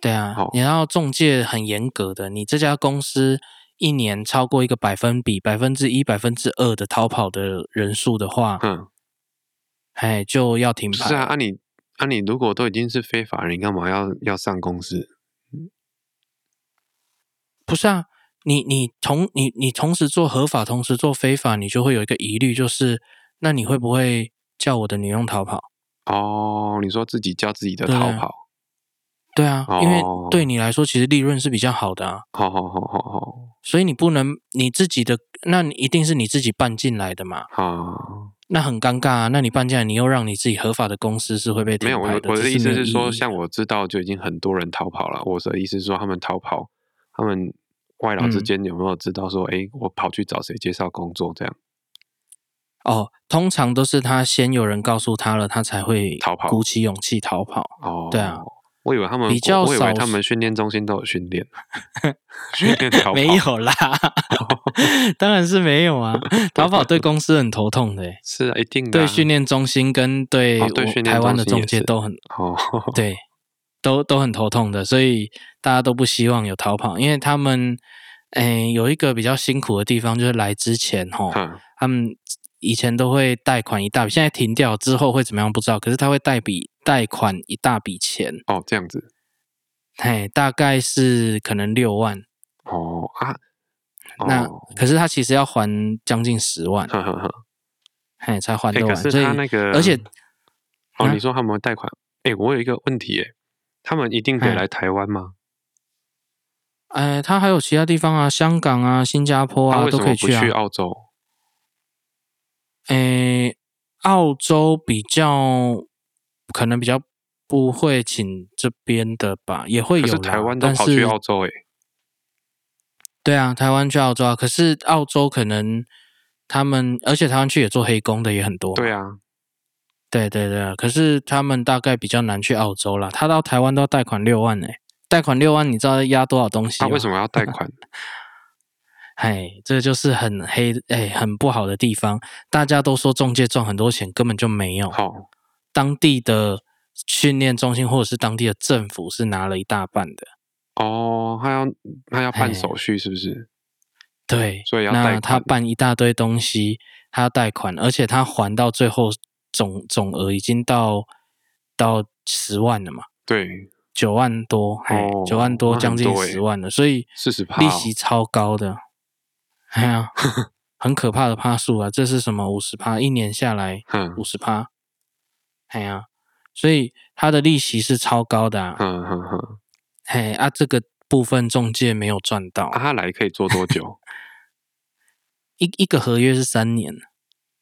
S2: 对啊
S3: 好，
S2: 你要中介很严格的，你这家公司一年超过一个百分比，百分之一、百分之二的逃跑的人数的话，
S3: 嗯，
S2: 哎，就要停
S3: 不
S2: 牌。
S3: 是啊，啊你啊你如果都已经是非法人，你干嘛要要上公司？
S2: 不是啊，你你同你你同时做合法，同时做非法，你就会有一个疑虑，就是那你会不会叫我的女佣逃跑？
S3: 哦，你说自己叫自己的
S2: 对
S3: 逃
S2: 啊
S3: 跑，
S2: 对啊，因为
S3: 哦
S2: 对你来说，其实利润是比较好的啊，
S3: 好好好好好
S2: 所以你不能你自己的，那你一定是你自己办进来的嘛，
S3: 啊，
S2: 那很尴尬啊。那你办进来，你又让你自己合法的公司是会被停
S3: 没有，我
S2: 牌
S3: 我的
S2: 这
S3: 意思
S2: 没有
S3: 是
S2: 意
S3: 说，
S2: 义啊
S3: 像我知道就已经很多人逃跑了。我的意思是说，他们逃跑，他们外劳之
S2: 嗯
S3: 间有没有知道说，哎、我跑去找谁介绍工作这样？
S2: 哦，通常都是他先有人告诉他了，他才会
S3: 逃跑
S2: 鼓起勇气逃跑。
S3: 哦，
S2: 对啊
S3: 我以为他们
S2: 比较
S3: 我以
S2: 少
S3: 为他们训练中心都有训练，训练逃跑
S2: 没有
S3: [laughs]
S2: 啦，当然是没有啊。逃跑对公司很头痛的
S3: [laughs]
S2: 欸、
S3: 是啊，一定的啊、
S2: 对训练中心跟对
S3: 哦对
S2: 我
S3: 训练
S2: 台湾
S3: 中
S2: 的
S3: 心也
S2: 中介
S3: 是
S2: 都很
S3: 哦，
S2: 对，都都很头痛的，所以大家都不希望有逃跑，因为他们，诶、有一个比较辛苦的地方就是来之前吼，
S3: 哼
S2: 他们以前都会贷款一大笔，现在停掉之后会怎么样不知道，可是他会贷笔贷款一大笔钱，
S3: 哦这样子
S2: 嘿，大概是可能六万，
S3: 哦啊，
S2: 那
S3: 哦
S2: 可是他其实要还将近十万，
S3: 呵呵呵，
S2: 嘿，才还
S3: 哎、
S2: 得
S3: 可
S2: 完，
S3: 是
S2: 哦所以
S3: 他那个，
S2: 而且
S3: 哦，
S2: 啊
S3: 你说他们贷款，哎、我有一个问题、哎，他们一定得
S2: 嗯
S3: 来台湾吗？
S2: 呃，他还有其他地方啊，香港啊、新加坡
S3: 他
S2: 啊
S3: 为什
S2: 都
S3: 么
S2: 可以
S3: 不
S2: 啊
S3: 去。澳洲？
S2: 诶，澳洲比较可能比较不会请这边的吧，也会
S3: 可
S2: 有
S3: 是
S2: 啦
S3: 台湾都
S2: 但
S3: 跑去
S2: 是
S3: 澳洲、哎，
S2: 对啊，台湾去澳洲啊，可是澳洲可能他们，而且台湾去也做黑工的也很多。
S3: 对啊，
S2: 对对对啊，可是他们大概比较难去澳洲啦，他到台湾都要贷款六万呢、欸贷款六万，你知道压多少东西
S3: 他
S2: 吗？
S3: 啊为什么要贷
S2: [laughs]
S3: 款？
S2: 哎，这就是很黑哎，很不好的地方。大家都说中介赚很多钱，根本就没有。
S3: 好、
S2: 当地的训练中心或者是当地的政府是拿了一大半的。
S3: 哦，他要他要
S2: 哎
S3: 办手续是不是？
S2: 对，
S3: 所以要贷
S2: 那
S3: 款
S2: 他办一大堆东西，他要贷款，而且他还到最后总总额已经到到十万了嘛，
S3: 对，
S2: 九万多，哎、
S3: 哦
S2: 九万多，
S3: 那很
S2: 将近
S3: 多欸哦
S2: 十万了，所以
S3: 四十趴，
S2: 利息超高的，哎
S3: [laughs]
S2: 呀、很可怕的趴数啊！这是什么五十趴？一年下来
S3: 哼
S2: 五十趴，哎呀、所以它的利息是超高的啊！
S3: 哼哼哼，
S2: 嘿啊，这个部分中介没有赚到，
S3: 啊，他来可以做多久？
S2: 一一个合约是三年，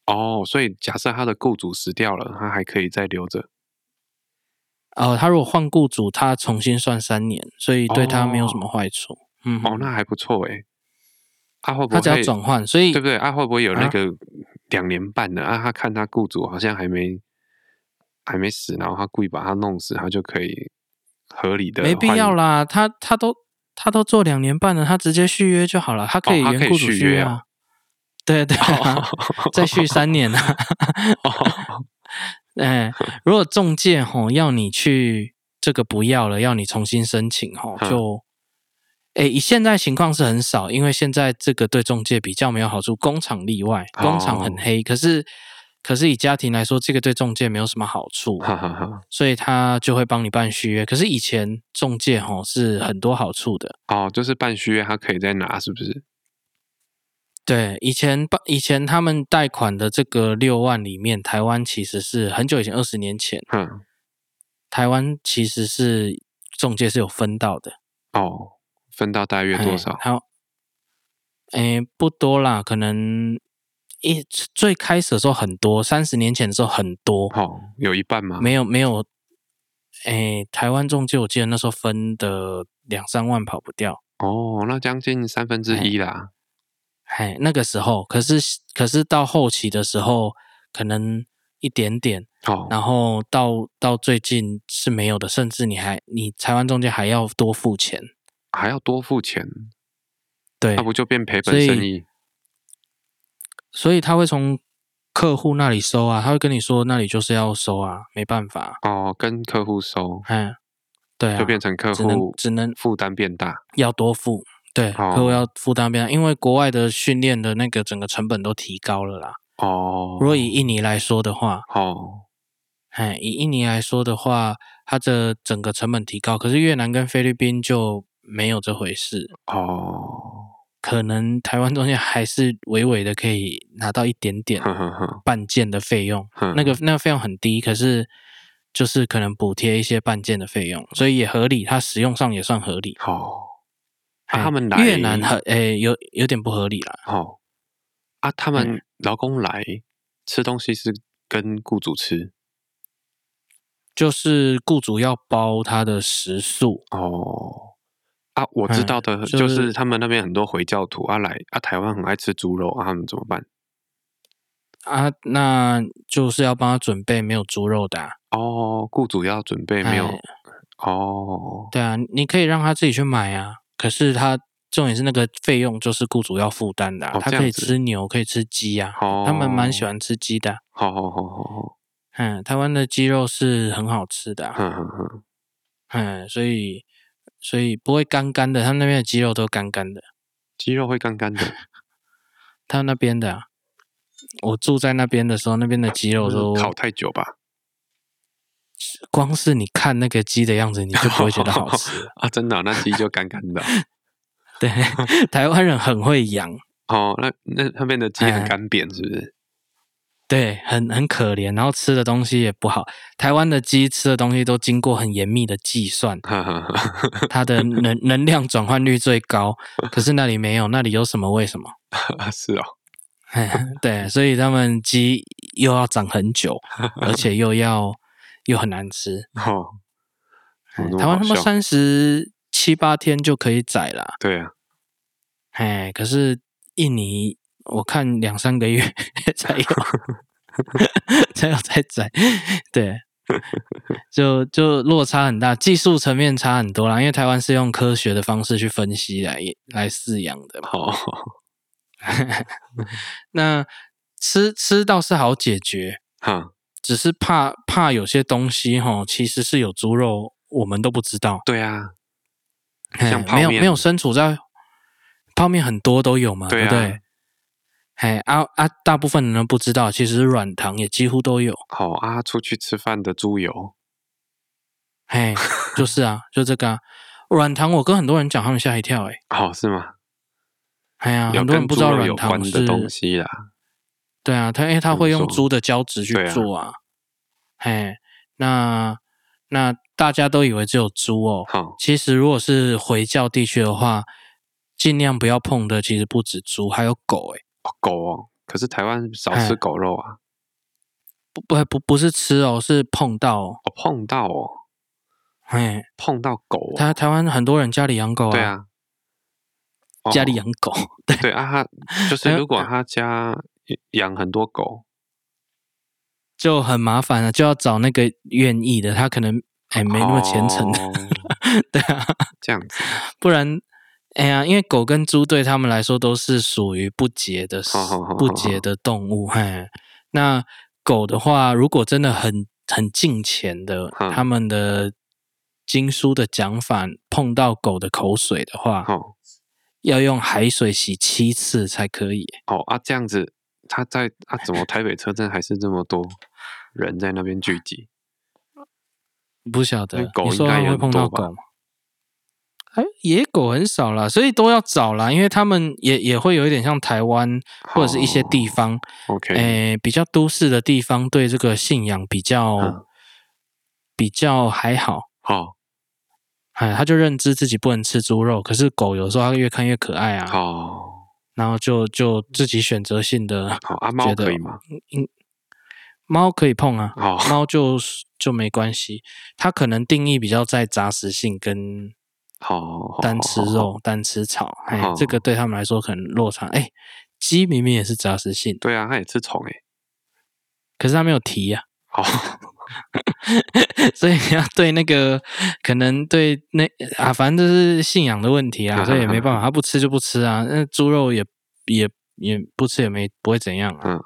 S3: 哦，所以假设他的雇主死掉了，他还可以再留着。
S2: 哦，他如果换雇主，他重新算三年，所以对他没有什么坏处。嗯哼，
S3: 哦，那还不错哎。他会不
S2: 他只要
S3: 会
S2: 转换，所以
S3: 对不对？啊，会不会有那
S2: 啊
S3: 个两年半的啊？他看他雇主好像还没还没死，然后他故意把他弄死，他就可以合理的
S2: 没必要啦。他他都他都做两年半了，他直接续约就好了，他可以
S3: 哦他可以
S2: 原雇主
S3: 续
S2: 续
S3: 约
S2: 约
S3: 啊
S2: 啊。对对
S3: [laughs]
S2: 啊，再续三年啊。 [laughs] 哎，如果中介吼要你去这个不要了，要你重新申请吼，
S3: 嗯
S2: 就哎以现在情况是很少，因为现在这个对中介比较没有好处，工厂例外，
S3: 哦
S2: 工厂很黑，可是可是以家庭来说，这个对中介没有什么好处，啊
S3: 哈哈哈。
S2: 所以他就会帮你办续约。可是以前中介吼是很多好处的，
S3: 哦，就是办续约，他可以再拿，是不是？
S2: 对，以前办以前他们贷款的这个六万里面，台湾其实是很久以前，二十年前。
S3: 哼，
S2: 台湾其实是中介是有分到的，
S3: 哦，分到大约多
S2: 哎
S3: 少？
S2: 还有，诶、不多啦，可能一最开始的时候很多，三十年前的时候很多，
S3: 哦，有一半吗？
S2: 没有没有，诶、台湾中介我记得那时候分的两三万跑不掉，
S3: 哦，那将近三分之一啦。
S2: 哎，那个时候，可是可是到后期的时候，可能一点点，
S3: 哦，
S2: 然后到到最近是没有的，甚至你还你台湾中介还要多付钱，
S3: 还要多付钱，
S2: 对，
S3: 那不就变赔
S2: 所
S3: 本
S2: 以
S3: 生意？
S2: 所以他会从客户那里收啊，他会跟你说那里就是要收啊，没办法，
S3: 哦，跟客户收，
S2: 嗯，对啊，
S3: 就变成客
S2: 只能
S3: 户
S2: 只能
S3: 负担变大。
S2: 要多付，对，
S3: 哦
S2: 客户要负担变大，因为国外的训练的那个整个成本都提高了啦。
S3: 哦，
S2: 如果以印尼来说的话，
S3: 哦，
S2: 哎，以印尼来说的话，它的整个成本提高，可是越南跟菲律宾就没有这回事，
S3: 哦，
S2: 可能台湾中间还是微微的可以拿到一点点
S3: 哼哼嗯哼
S2: 办件的费用。
S3: 哼，
S2: 那个那个费用很低，可是就是可能补贴一些办件的费用，所以也合理，它使用上也算合理。
S3: 哦，
S2: 哎
S3: 啊，他们来
S2: 越南很诶、有有点不合理啦，
S3: 哦，啊，他们
S2: 嗯
S3: 劳工来吃东西是跟雇主吃
S2: 就是雇主要包他的食宿，
S3: 哦。啊，我知
S2: 嗯
S3: 道的，
S2: 就
S3: 就是
S2: 是
S3: 他们那边很多回教徒啊来啊，台湾很爱吃猪肉啊，他们怎么办？
S2: 啊，那就是要帮他准备没有猪肉的啊、
S3: 哦，雇主要准备没有
S2: 哎
S3: 哦，
S2: 对啊，你可以让他自己去买啊，可是他重点是那个费用就是雇主要负担的啊、
S3: 哦
S2: 他
S3: 这
S2: 可
S3: 样
S2: 以
S3: 子
S2: 吃牛，可以吃鸡啊，
S3: 哦，
S2: 他们蛮喜，欢吃鸡的啊、
S3: 好好好好好，
S2: 嗯，台湾的鸡肉是很好吃的啊、
S3: 哼哼哼，
S2: 嗯，所以所以不会干干的，他们那边的鸡肉都干干的，
S3: 鸡肉会干干的，
S2: 他们那边的啊、我住在那边的时候，那边的鸡肉都
S3: 嗯烤太久吧？
S2: 光是你看那个鸡的样子，你就不会觉得好吃
S3: [laughs]
S2: 了。
S3: 啊，真的啊，那鸡就干干
S2: [laughs]
S3: 的啊。
S2: 对，台湾人很会养，
S3: 哦，那那那边的鸡很
S2: 哎
S3: 干扁，是不是？，
S2: 对，很很可怜，然后吃的东西也不好。台湾的鸡吃的东西都经过很严密的计算
S3: 哈哈哈，
S2: 它的能 [laughs] 能量转换率最高，可是那里没有，那里有什么为什么？ [laughs]
S3: [laughs] 是哦，
S2: 对，所以他们鸡又要长很久，而且又要又很难吃。
S3: 哦，怎么 [laughs] 那么
S2: 哎台湾
S3: 好
S2: 他们
S3: 笑
S2: 三十七八天就可以宰啦，
S3: 对啊，
S2: 哎，可是印尼我看两三个月 [laughs] 才有，才有在宰，对，就就落差很大，技术层面差很多啦。因为台湾是用科学的方式去分析来来饲养的嘛，
S3: 好，
S2: 那吃吃倒是好解决，
S3: 哈，
S2: 只是怕怕有些东西哈，其实是有猪肉，我们都不知道，
S3: 对啊，
S2: 嘿
S3: 像泡
S2: 哎没有
S3: 面
S2: 没有身处在泡面很多都有嘛，对
S3: 对啊
S2: 不对？嘿啊啊，大部分人都不知道，其实软糖也几乎都有，
S3: 好啊，出去吃饭的猪油， [laughs]
S2: 嘿，就是啊，就这个啊，软糖我跟很多人讲，他们吓一跳、欸，
S3: 好哦是吗？
S2: 哎呀，
S3: 有
S2: 很多人
S3: 跟
S2: 不
S3: 猪
S2: 知道
S3: 肉
S2: 软
S3: 有关
S2: 糖
S3: 的
S2: 是，
S3: 东西啦，
S2: 对啊，他因为他
S3: 怎么
S2: 会用
S3: 说
S2: 猪的胶质去
S3: 对啊
S2: 做啊，嘿，那那大家都以为只有猪哦，
S3: 好，
S2: 其实如果是回教地区的话，尽量不要碰的，其实不止猪，还有狗、欸。
S3: 哦狗哦，可是台湾少
S2: 哎
S3: 吃狗肉啊，
S2: 不不不不是吃哦，是碰到、哦。
S3: 哦碰到哦，
S2: 哎，
S3: 碰到狗哦，
S2: 台台湾很多人家里养狗啊，
S3: 对啊，哦
S2: 家里养狗，对
S3: 对啊，
S2: [laughs]
S3: 他就是
S2: 哎
S3: 如果他家养很多狗，
S2: 就很麻烦啊了，就要找那个愿意的，他可能哎没那么虔诚的，
S3: 哦
S2: [laughs] 对啊，
S3: 这样子，
S2: 不然哎呀，因为狗跟猪对他们来说都是属于不洁的
S3: 好好好好
S2: 不洁的动物，嘿，那狗的话，如果真的很很近前的，
S3: 嗯
S2: 他们的经书的讲法，碰到狗的口水的话，
S3: 哦
S2: 要用海水洗七次才可以。
S3: 哦啊这样子，他在啊怎么台北车站还是这么多人在那边聚集？
S2: 不晓得
S3: 那，狗
S2: 你说
S3: 应该
S2: 他
S3: 也
S2: 们会
S3: 很
S2: 碰到
S3: 多吧
S2: 狗吗？哎，野狗很少啦，所以都要找啦，因为他们也也会有一点像台湾或者是一些地哎方，
S3: 哦 OK，
S2: 诶、比较都市的地方，对这个信仰比较、
S3: 嗯
S2: 比较还好。
S3: 好
S2: 哎，他就认知自己不能吃猪肉，可是狗有时候它越看越可爱啊，
S3: 好
S2: 然后就就自己选择性的
S3: 好，阿猫
S2: 觉得
S3: 可以吗？
S2: 猫可以碰啊，
S3: 好
S2: 猫就是就没关系，它可能定义比较在杂食性跟
S3: 好
S2: 单吃，肉、单吃草，哎
S3: 哦，
S2: 这个对他们来说可能落差。哎，鸡明明也是杂食性的，
S3: 对啊，他也吃虫哎，
S2: 可是它没有蹄呀、 [laughs]
S3: 好
S2: 所以你要对那个可能对那啊，反正就是信仰的问题啊，所以也没
S3: [laughs]
S2: 办法，他不吃就不吃啊，那猪肉也也也不吃也没不会怎样啊。
S3: 嗯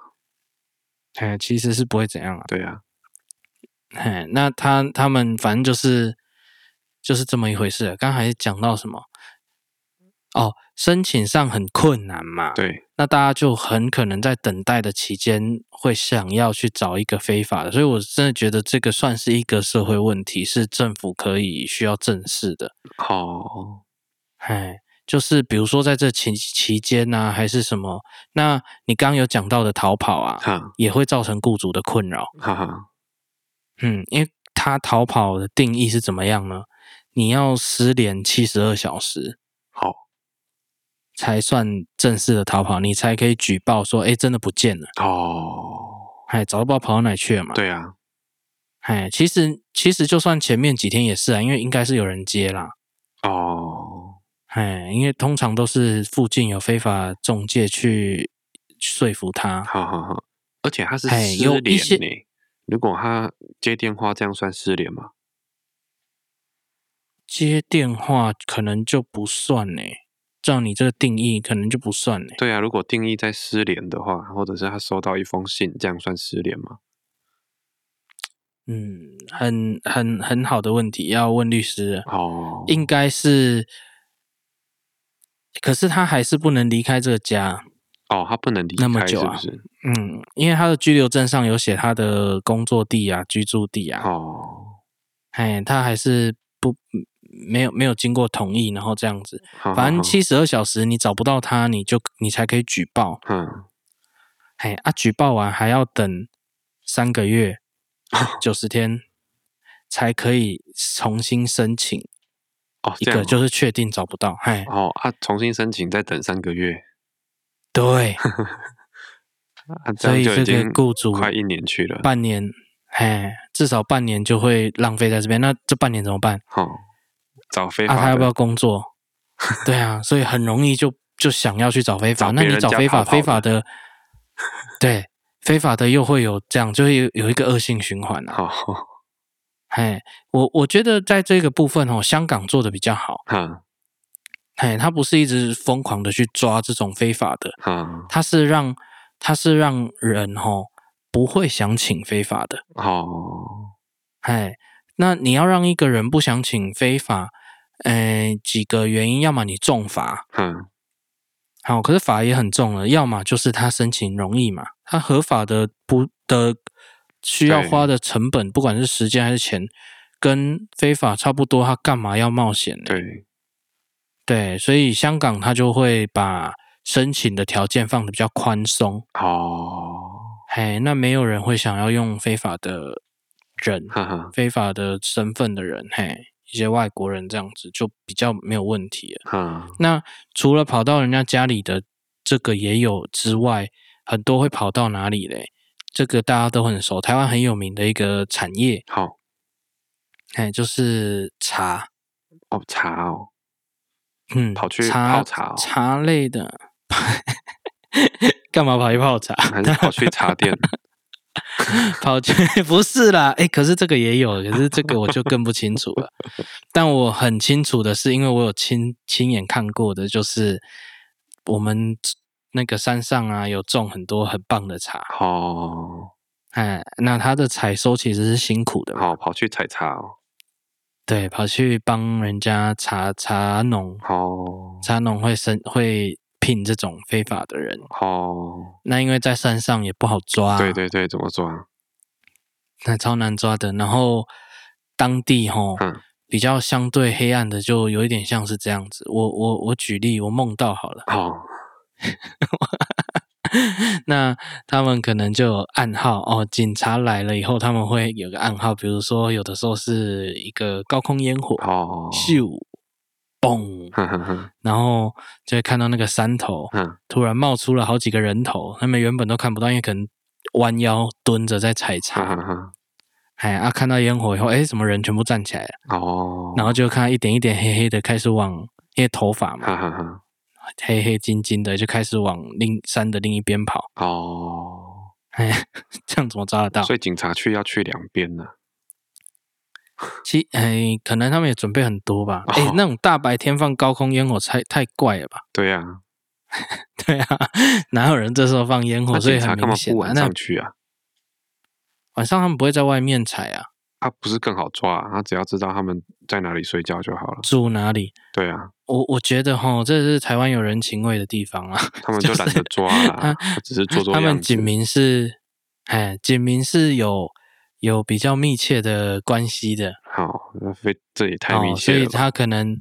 S2: 哎，其实是不会怎样啊。
S3: 对啊，
S2: 嘿，那他他们反正就是就是这么一回事。啊刚才讲到什么？哦，申请上很困难嘛，
S3: 对
S2: 那大家就很可能在等待的期间会想要去找一个非法的，所以我真的觉得这个算是一个社会问题，是政府可以需要正视的。
S3: 好
S2: 哎，就是比如说在这期期间呢、还是什么？那你刚有讲到的逃跑啊，
S3: 哈
S2: 也会造成雇主的困扰。
S3: 哈哈，
S2: 嗯，因为他逃跑的定义是怎么样呢？你要失联七十二小时
S3: 好
S2: 才算正式的逃跑，你才可以举报说，哎，真的不见了，
S3: 哦，
S2: 哎，早都不知道跑到哪里去了嘛。
S3: 对啊，
S2: 哎，其实其实就算前面几天也是啊，因为应该是有人接啦。
S3: 哦
S2: 哎，因为通常都是附近有非法中介去去说服他，
S3: 好好好，而且他是
S2: 哎有
S3: 失欸
S2: 一些
S3: 联呢，如果他接电话这样算失联吗？
S2: 接电话可能就不算呢、照你这个定义，可能就不算呢、
S3: 对啊，如果定义在失联的话，或者是他收到一封信，这样算失联吗？
S2: 嗯，很很很好的问题，要问律师了。
S3: 哦，
S2: 应该是，可是他还是不能离开这个家。
S3: 哦，他不能离
S2: 那么
S3: 开，是
S2: 久
S3: 不
S2: 啊
S3: 是？
S2: 嗯，因为他的居留证上有写他的工作地啊、居住地啊，
S3: 哦，
S2: 哎，他还是不嗯没有没有经过同意，然后这样子，
S3: 好
S2: 反正
S3: 好
S2: 七十二小时你找不到他，你就你才可以举报，
S3: 好嗯，
S2: 哎啊，举报完还要等三个
S3: [laughs]
S2: 月九十天才可以重新申请
S3: 哦，
S2: 一
S3: 这样
S2: 个，
S3: 哦
S2: 就是确定找不到，哎，
S3: 哦啊，重新申请再等三个月，
S2: 对，
S3: 啊， [laughs] 这
S2: 所
S3: 样
S2: 以
S3: 就
S2: 这
S3: 已
S2: 个
S3: 经
S2: 雇主
S3: 快一年去了。
S2: 半年，哎，至少半年就会浪费在这边，那这半年怎么办？
S3: 哦，找非
S2: 啊，他
S3: 法
S2: 要不
S3: 的
S2: 要工作？
S3: [laughs]
S2: 对啊，所以很容易就就想要去找非法。
S3: 找
S2: 那
S3: 别
S2: 你
S3: 人
S2: 找
S3: 家
S2: 非法，
S3: 跑跑
S2: 非法的，
S3: [laughs]
S2: 对，非法的又会有这样，就会有有一个恶性循环啊。
S3: 好，哦
S2: 嘿，我我觉得在这个部分哦，香港做的比较好。
S3: 哈
S2: 嘿，他不是一直疯狂的去抓这种非法的，
S3: 哈，
S2: 他是让他是让人哦不会想请非法的。
S3: 哦，
S2: 哎，那你要让一个人不想请非法，嗯、几个原因，要么你重罚，
S3: 哼，
S2: 好，可是法也很重了，要么就是他申请容易嘛，他合法的不的需要
S3: 对
S2: 花的成本，不管是时间还是钱，跟非法差不多，他干嘛要冒险呢？
S3: 对，
S2: 对所以香港他就会把申请的条件放的比较宽松，
S3: 哦，
S2: 嘿，那没有人会想要用非法的人、
S3: 哈哈，
S2: 非法的身份的人，嘿，一些外国人这样子就比较没有问题了。
S3: 哈，
S2: 那除了跑到人家家里的这个也有之外，很多会跑到哪里嘞？这个大家都很熟，台湾很有名的一个产业，
S3: 好，
S2: 哎，就是茶，
S3: 哦，茶哦，
S2: 嗯，
S3: 跑去
S2: 茶
S3: 泡茶哦
S2: 茶类的， [laughs] 干嘛跑去泡茶？ [laughs]
S3: 还是跑去茶店
S2: 跑去不是啦，哎，可是这个也有，可是这个我就更不清楚了。 [laughs] 但我很清楚的是，因为我有亲亲眼看过的，就是我们那个山上啊，有种很多很棒的茶，
S3: 哦，
S2: 哎，那它的采收其实是辛苦的嘛，
S3: 好，跑去采茶哦，
S2: 对，跑去帮人家茶茶农，
S3: 哦，
S2: 茶农会生会聘这种非法的人，
S3: 哦，
S2: 那因为在山上也不好抓，
S3: 对，对对，怎么抓？
S2: 那超难抓的。然后当地吼、
S3: 嗯，
S2: 比较相对黑暗的，就有一点像是这样子。我我我举例，我梦到好了， [laughs]
S3: 好，
S2: 那他们可能就有暗号哦。警察来了以后，他们会有个暗号，比如说有的时候是一个高空烟火，
S3: 哦，
S2: 咻，嘣，
S3: 哼哼哼，
S2: 然后就会看到那个山头
S3: 哼，
S2: 突然冒出了好几个人头，他们原本都看不到，因为可能弯腰蹲着在采
S3: 哈
S2: 茶，
S3: 哈哈，
S2: 哎啊，看到烟火以后，哎，什么人全部站起来了，
S3: 哦，
S2: 然后就看到一点一点黑黑的开始往，因为头发嘛，
S3: 哈哈哈，
S2: 黑黑金金的就开始往另山的另一边跑，
S3: 哦，
S2: 哎， [laughs] 这样怎么抓得到
S3: 所？以警察去要去两边呢，
S2: 其哎，可能他们也准备很多吧，哎、
S3: 哦
S2: 那种大白天放高空烟火太太怪了吧？ [laughs]
S3: 对啊呀，
S2: 对啊，哪有人这时候放烟火？
S3: 那
S2: 所以
S3: 警察
S2: 很
S3: 干嘛
S2: 明显、
S3: 不
S2: 啊，
S3: 晚
S2: 那
S3: 上去啊？
S2: 晚上他们不会在外面采啊，
S3: 他不是更好抓啊？他只要知道他们在哪里睡觉就好了。
S2: 住哪里？
S3: 对啊，
S2: 我我觉得哈，这是台湾有人情味的地方啊。
S3: 他们就懒得抓啦，他只是做
S2: [laughs]
S3: 做
S2: 他
S3: 样
S2: 们
S3: 子
S2: 警。民是，哎，警民是有有比较密切的关系的
S3: 好，那非这也太
S2: 哦
S3: 明，
S2: 所
S3: 显
S2: 以
S3: 了吧。
S2: 他可能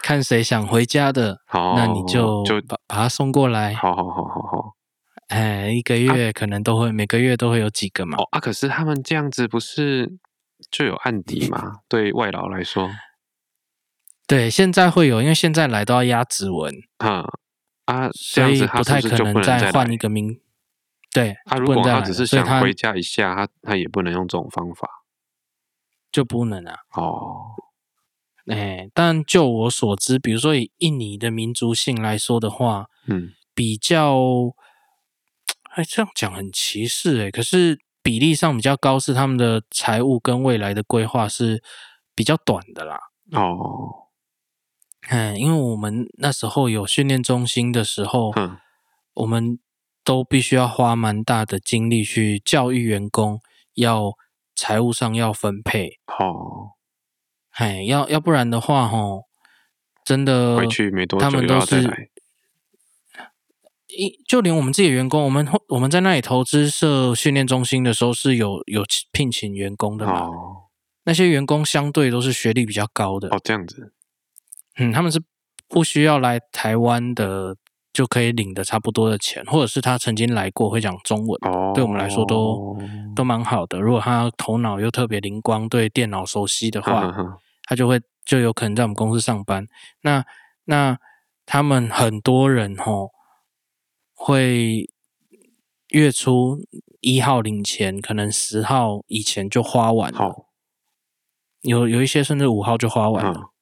S2: 看谁想回家的，
S3: 好，
S2: 那你就
S3: 哦
S2: 哎
S3: 就
S2: 把把他送过来。
S3: 好好好好好。
S2: 哎，一个月可能都会、每个月都会有几个嘛。
S3: 哦啊，可是他们这样子不是就有案底吗？对外劳来说，
S2: 对，现在会有，因为现在来都要压指纹。
S3: 哈啊，这
S2: 所
S3: 样
S2: 以
S3: 子他
S2: 不
S3: 是
S2: 太
S3: 不
S2: 可
S3: 是就不能
S2: 再
S3: 再
S2: 换
S3: 来
S2: 一？个名。对，
S3: 啊，如
S2: 不能
S3: 果
S2: 再来
S3: 他
S2: 了，
S3: 只是
S2: 所以
S3: 想
S2: 他
S3: 回家一下，他他也不能用这种方法
S2: 就不能啊。
S3: 哦。
S2: 哎，但就我所知，比如说以印尼的民族性来说的话，
S3: 嗯，
S2: 比较，哎，这样讲很歧视哎、可是比例上比较高，是他们的财务跟未来的规划是比较短的啦。
S3: 哦，
S2: 嗯，因为我们那时候有训练中心的时候，
S3: 哼，
S2: 我们都必须要花蛮大的精力去教育员工，要财务上要分配，
S3: 哦，
S2: 哎，要要不然的话，吼，真的
S3: 回去没多
S2: 呃他
S3: 久
S2: 们
S3: 又
S2: 都
S3: 要再
S2: 是
S3: 来，
S2: 一就连我们自己的员工，我们我们在那里投资设训练中心的时候是有有聘请员工的嘛，
S3: 哦，
S2: 那些员工相对都是学历比较高的，
S3: 哦，这样子，
S2: 嗯，他们是不需要来台湾的就可以领的差不多的钱，或者是他曾经来过会讲中文，
S3: 哦，
S2: 对我们来说都都蛮好的。如果他头脑又特别灵光，对电脑熟悉的
S3: 哼
S2: 话，
S3: 嗯哼哼
S2: 他就会就有可能在我们公司上班。那那他们很多人吼会月初一号领钱，可能十号以前就花完了，
S3: 好，
S2: 有有一些甚至五号就花完了。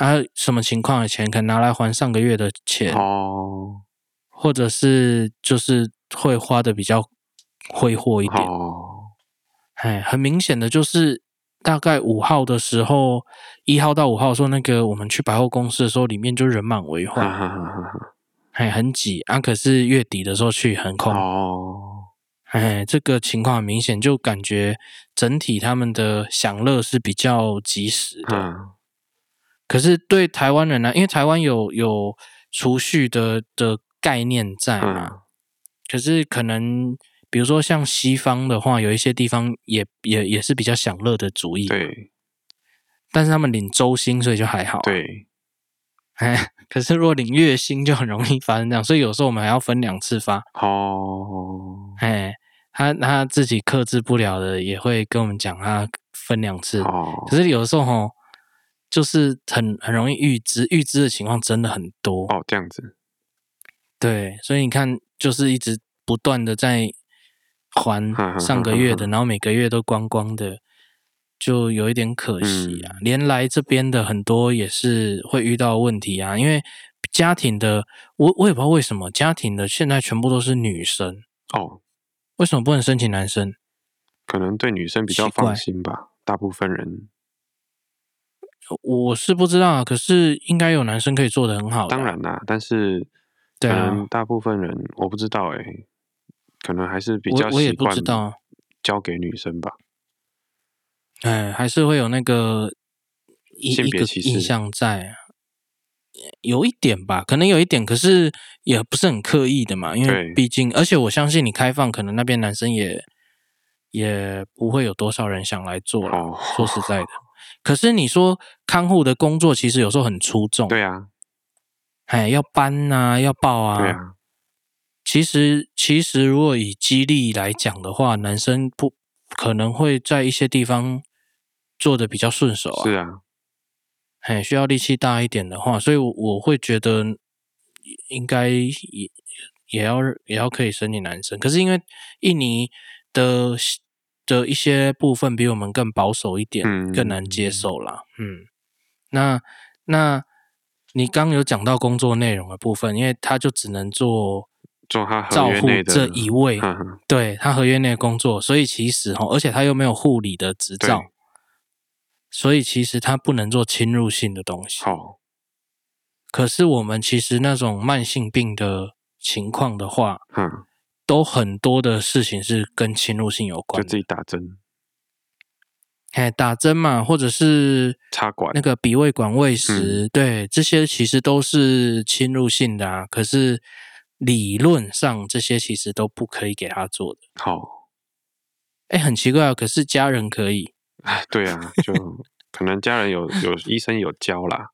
S3: 嗯，
S2: 啊，什么情况的钱可能拿来还上个月的钱，
S3: 哦，
S2: 或者是就是会花的比较挥霍一点。
S3: 哦，
S2: 哎，很明显的就是大概五号的时候，一号到五号说那个我们去百货公司的时候，里面就人满为
S3: 哈
S2: 患，
S3: 哈哈哈哈，
S2: 哎，很挤啊。可是月底的时候去很空，
S3: 哦，
S2: 哎，这个情况很明显，就感觉整体他们的享乐是比较及时的。
S3: 嗯，
S2: 可是对台湾人呢、因为台湾有有储蓄的的概念在嘛，
S3: 嗯，
S2: 可是可能比如说像西方的话，有一些地方也也也是比较享乐的主义，
S3: 对
S2: 但是他们领周薪，所以就还好、，
S3: 对，
S2: 哎， [laughs] 可是如果领月薪就很容易发生这样，所以有时候我们还要分两次发，
S3: 哦，
S2: 哎，他他自己克制不了的也会跟我们讲他分两次，
S3: 哦
S2: 可，是有时候吼就是很很容易预支，预支的情况真的很多，
S3: 哦，这样子，
S2: 对，所以你看，就是一直不断的在还上个月的，然后每个月都光光的，就有一点可惜
S3: 嗯
S2: 啊。连来这边的很多也是会遇到问题啊，因为家庭的，我我也不知道为什么家庭的现在全部都是女生，
S3: 哦，
S2: 为什么不能申请男生？
S3: 可能对女生比较
S2: 奇怪
S3: 放心吧，大部分人，
S2: 我是不知道啊，可是应该有男生可以做的很好的啊、
S3: 当然嗯啦，但是可
S2: 对啊
S3: 能大部分人我不知道哎、可能还是比较
S2: 我我也
S3: 习
S2: 不
S3: 惯
S2: 知道啊，
S3: 交给女生吧。
S2: 哎，还是会有那个一
S3: 性
S2: 一
S3: 别
S2: 个
S3: 歧视
S2: 印象在啊，有一点吧，可能有一点，可是也不是很刻意的嘛，因为
S3: 对
S2: 毕竟，而且我相信你开放，可能那边男生也也不会有多少人想来做了。
S3: 哦，
S2: 说实在的，可是你说看护的工作其实有时候很出众，
S3: 对啊，
S2: 哎，要搬啊，要抱
S3: 对啊，
S2: 其实，其实如果以激励来讲的话，男生不可能会在一些地方做的比较顺手啊
S3: 是，啊，
S2: 很需要力气大一点的话，所以我我会觉得应该也也要也要可以申请男生。可是因为印尼的的一些部分比我们更保守一点，
S3: 嗯
S2: 更难接受啦。嗯，那那你刚有讲到工作内容的部分，因为他就只能做
S3: 做他合
S2: 照
S3: 约
S2: 护
S3: 内的
S2: 这一位，
S3: 哼哼
S2: 对他合约内的工作，所以其实哈，而且他又没有护理的执
S3: 对
S2: 照，所以其实他不能做侵入性的东西。
S3: 好，
S2: 可是我们其实那种慢性病的情况的话，
S3: 嗯，
S2: 都很多的事情是跟侵入性有
S3: 就
S2: 关
S3: 自
S2: 的。
S3: 己打针
S2: 哎，打针嘛，或者是
S3: 插管
S2: 那，个鼻胃管喂
S3: 嗯
S2: 食，对，这些其实都是侵入性的啊。可是理论上这些其实都不可以给他做的。
S3: 好，
S2: 哎，很奇怪啊，可是家人可以。
S3: 哎对啊，就可能家人有有医生有教
S2: [laughs]
S3: 啦，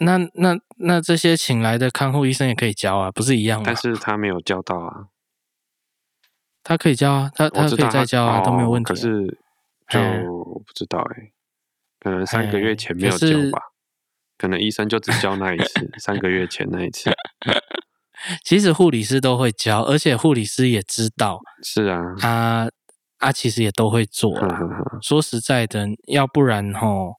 S2: 那那那这些请来的看护医生也可以教啊，不是一样吗？
S3: 但是他没有教到啊，
S2: 他可以教啊，他
S3: 我
S2: 他
S3: 知
S2: 可
S3: 道
S2: 以再教啊，
S3: 哦
S2: 都没有问题啊、
S3: 可是就
S2: 嗯
S3: 我不知道哎、可能三个
S2: 哎
S3: 月前没有
S2: 可
S3: 教
S2: 是
S3: 吧，可能医生就只教那一次，三个月前那
S2: [laughs]
S3: 一次。
S2: 其实护理师都会教，而且护理师也知道
S3: 是啊，
S2: 啊啊，其实也都会做
S3: 呵
S2: 啦。
S3: 呵呵
S2: 说实在的，要不然吼，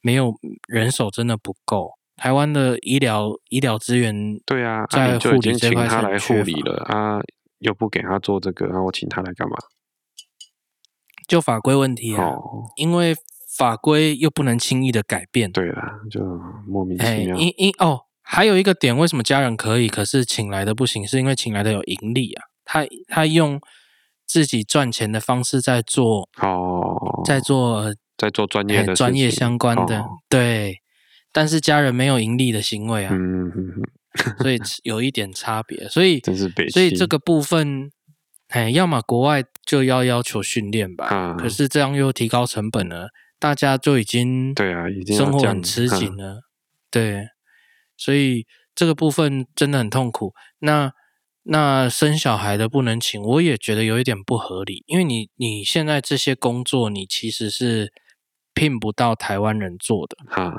S2: 没有人手真的不够。台湾的医疗医疗资源，
S3: 对啊，啊
S2: 在
S3: 你就
S2: 护
S3: 已
S2: 理
S3: 经
S2: 这
S3: 请
S2: 块
S3: 他
S2: 是
S3: 来
S2: 很
S3: 护
S2: 缺
S3: 理
S2: 乏
S3: 了啊，又不给他做这个，那我请他来干嘛？
S2: 就法规问题啊，
S3: 哦，
S2: 因为法规又不能轻易的改变。
S3: 对啊啦，就莫名
S2: 哎，
S3: 其妙。
S2: 因因哦，还有一个点，为什么家人可以，可是请来的不行？是因为请来的有盈利啊，他他用自己赚钱的方式在做，
S3: 哦，
S2: 在做呃
S3: 在做专业
S2: 哎
S3: 的事
S2: 专业
S3: 情
S2: 相关的，
S3: 哦
S2: 对。但是家人没有盈利的行为啊，
S3: 嗯，嗯嗯
S2: 所以有一点差别。所以
S3: 真是北
S2: 所以这
S3: 西
S2: 个部分，哎，要么国外就要要求训练吧，
S3: 啊
S2: 可是这样又提高成本了，大家就已经
S3: 对啊，已经要
S2: 生活
S3: 这
S2: 很
S3: 样
S2: 吃
S3: 嗯
S2: 紧了，对，所以这个部分真的很痛苦。那那生小孩的不能请，我也觉得有一点不合理，因为你你现在这些工作，你其实是聘不到台湾人做的，
S3: 啊，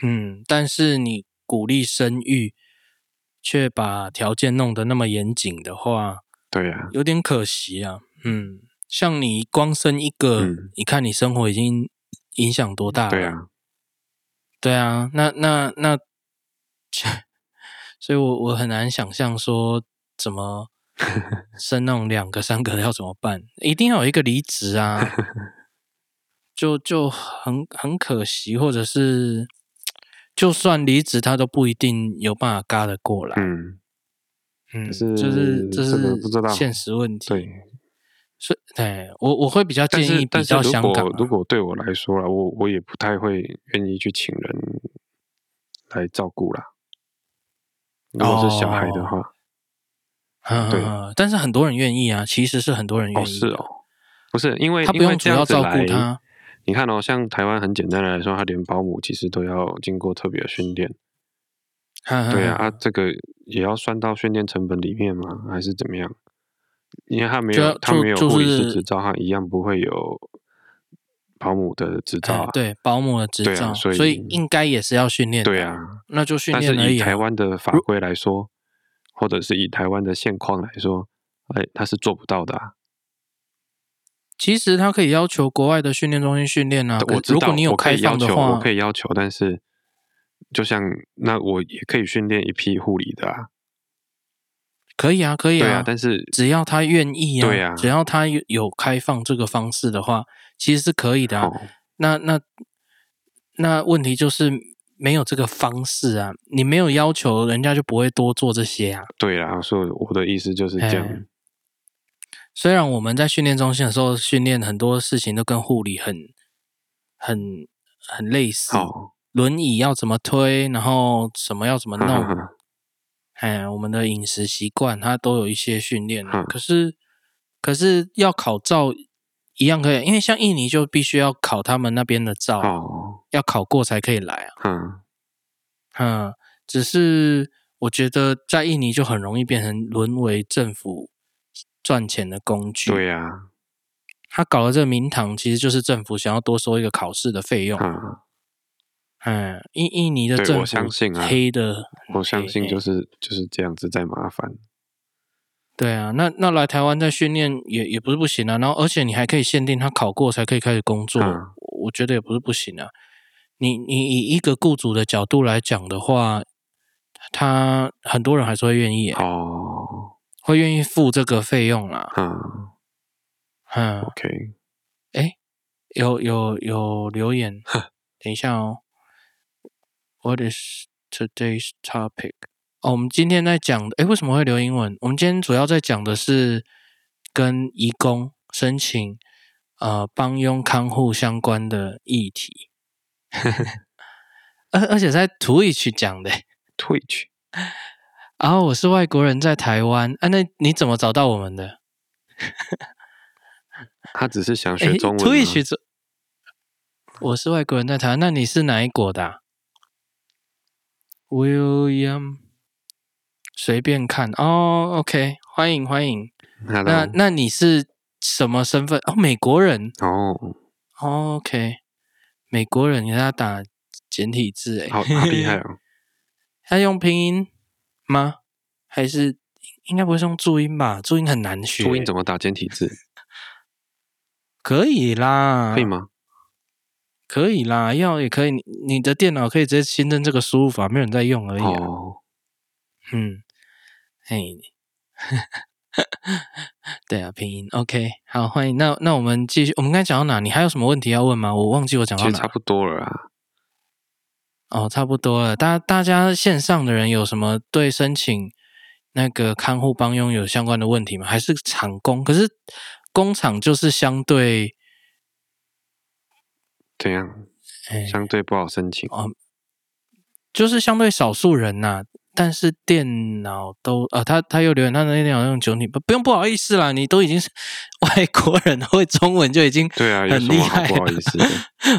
S2: 嗯，但是你鼓励生育，却把条件弄得那么严谨的话，
S3: 对啊，
S2: 有点可惜啊。嗯，像你光生一个，
S3: 嗯
S2: 你看你生活已经影响多大了。
S3: 对，啊，
S2: 对啊，那那那， [laughs] 所以我我很难想象说怎
S3: [laughs]
S2: 么生那种两个三个的要怎么办，一定要有一个离职
S3: [laughs]
S2: 啊，就就很很可惜，或者是就算离职，他都不一定有办法嘎得过来。
S3: 嗯，
S2: 嗯，
S3: 是
S2: 就是这
S3: 这个不知道
S2: 是现实问题。
S3: 对。
S2: 所以，哎，我我会比较
S3: 但
S2: 建
S3: 是
S2: 议比
S3: 但是
S2: 较
S3: 如
S2: 香港、
S3: 果
S2: 啊
S3: 如果对我来说啦，我我也不太会愿意去请人来照顾啦。如果是小
S2: 哦
S3: 孩的话，
S2: 嗯
S3: 对
S2: 嗯嗯但是很多人愿意啊，其实是很多人愿意、
S3: 哦是哦，，不是因为
S2: 他不
S3: 因为
S2: 用主
S3: 这
S2: 要
S3: 样子
S2: 照顾
S3: 来，
S2: 他， [laughs]
S3: 你看哦，像台湾很简单的来说，他连保姆其实都要经过特别的训练，
S2: 嗯
S3: 对啊，
S2: 嗯
S3: 啊这个也要算到训练成本里面吗？还是怎么样？因为他没
S2: 就要
S3: 有他
S2: 就
S3: 没有
S2: 就
S3: 护理师
S2: 是
S3: 执照，他一样不会有保姆的执照
S2: 哎
S3: 啊。
S2: 对保姆的执
S3: 对啊
S2: 照，
S3: 所以
S2: 应该也是要训练，
S3: 对，啊，
S2: 那就训
S3: 但是
S2: 练而
S3: 以
S2: 已、啊。
S3: 台湾的法规来说，或者是以台湾的现况来说，哎，他是做不到的啊。
S2: 其实他可以要求国外的训练中心训练啊，可
S3: 我知
S2: 如
S3: 道，
S2: 果你有
S3: 我可
S2: 开
S3: 以要
S2: 放的
S3: 求，
S2: 话，
S3: 我可以要求，但是就像那我也可以训练一批护理的啊，
S2: 可以啊，可以
S3: 对
S2: 啊，
S3: 啊，但是
S2: 只要他愿意啊，
S3: 对啊
S2: 只要他有有开放这个方式的话，其实是可以的啊、
S3: 哦，
S2: 那那那问题就是没有这个方式啊，你没有要求，人家就不会多做这些啊。
S3: 对啊，所以我的意思就是这
S2: 哎
S3: 样，
S2: 虽然我们在训练中心的时候，训练很多事情都跟护理很很很类似，
S3: 哦，
S2: 轮椅要怎么推，然后什么要怎么
S3: 哈哈
S2: 弄，
S3: 哈
S2: 哎，我们的饮食习惯它都有一些训练啊
S3: 嗯
S2: 可是可是要考照一样可以，因为像印尼就必须要考他们那边的照，
S3: 哦，
S2: 要考过才可以来啊。
S3: 嗯，
S2: 嗯，只是我觉得在印尼就很容易变成沦为政府赚钱的工具。
S3: 对啊呀，
S2: 他搞了这个名堂，其实就是政府想要多收一个考试的费用。
S3: 嗯。
S2: 嗯，印印尼的
S3: 对
S2: 政府
S3: 我相信啊
S2: 黑的，
S3: 我相信
S2: 嘿
S3: 就是就是这样子在麻烦，
S2: 对啊，那那来台湾再训练也也不是不行啊。然后而且你还可以限定他考过才可以开始工作，
S3: 嗯
S2: 我我觉得也不是不行啊。你你以一个雇主的角度来讲的话，他很多人还是会愿意啊、
S3: 哦，
S2: 会愿意付这个费用啦。
S3: 嗯
S2: 嗯，
S3: ，OK，
S2: 有有有留言，等一下哦。What is today's topic？哦，我们今天在讲的，诶，为什么会留英文？我们今天主要在讲的是跟移工申请呃帮佣看护相关的议题，而而且在 Twitch 讲的。
S3: Twitch
S2: 然后我是外国人在台湾，啊，那你怎么找到我们的？
S3: 他只是想
S2: 诶
S3: 学中文、啊，
S2: 哎 Twitch 这我是外国人在台湾，那你是哪一国的、啊、？William，随便看哦。OK，欢迎欢迎。
S3: Hello，
S2: 那那你是什么身份？哦，美国人。
S3: 哦，
S2: 哦 OK，美国人，你看他打简体字，哎，
S3: 好好厉
S2: [laughs]
S3: 害！哦，
S2: 他用拼音吗？还是应该不是用注音吧？注音很难学。
S3: 注音怎么打简体字？
S2: 可以啦？
S3: 可以吗？
S2: 可以啦，要也可以，你你的电脑可以直接新增这个输入啊法，没有人在用而已、啊。
S3: 哦，
S2: 嗯，嘿， [laughs] 对啊，拼音 OK，好，欢迎。那那我们继续，我们刚才讲到哪？你还有什么问题要问吗？我忘记我讲
S3: 其
S2: 到
S3: 实
S2: 哪
S3: 差
S2: 了。
S3: 不多了啊。
S2: 哦，差不多了。大大家线上的人有什么对申请那个看护帮佣有相关的问题吗？还是厂工？可是工厂就是相对，
S3: 怎样？
S2: 哎，
S3: 相对不好申请。
S2: 就是相对少数人呐、但是电脑都啊，他他又留言，他那电脑用九你不不用不好意思啦，你都已经是外国人会中文就已经
S3: 对啊，有
S2: 很
S3: 什
S2: 厉
S3: 么好
S2: 害
S3: 不好
S2: 了
S3: 意思的？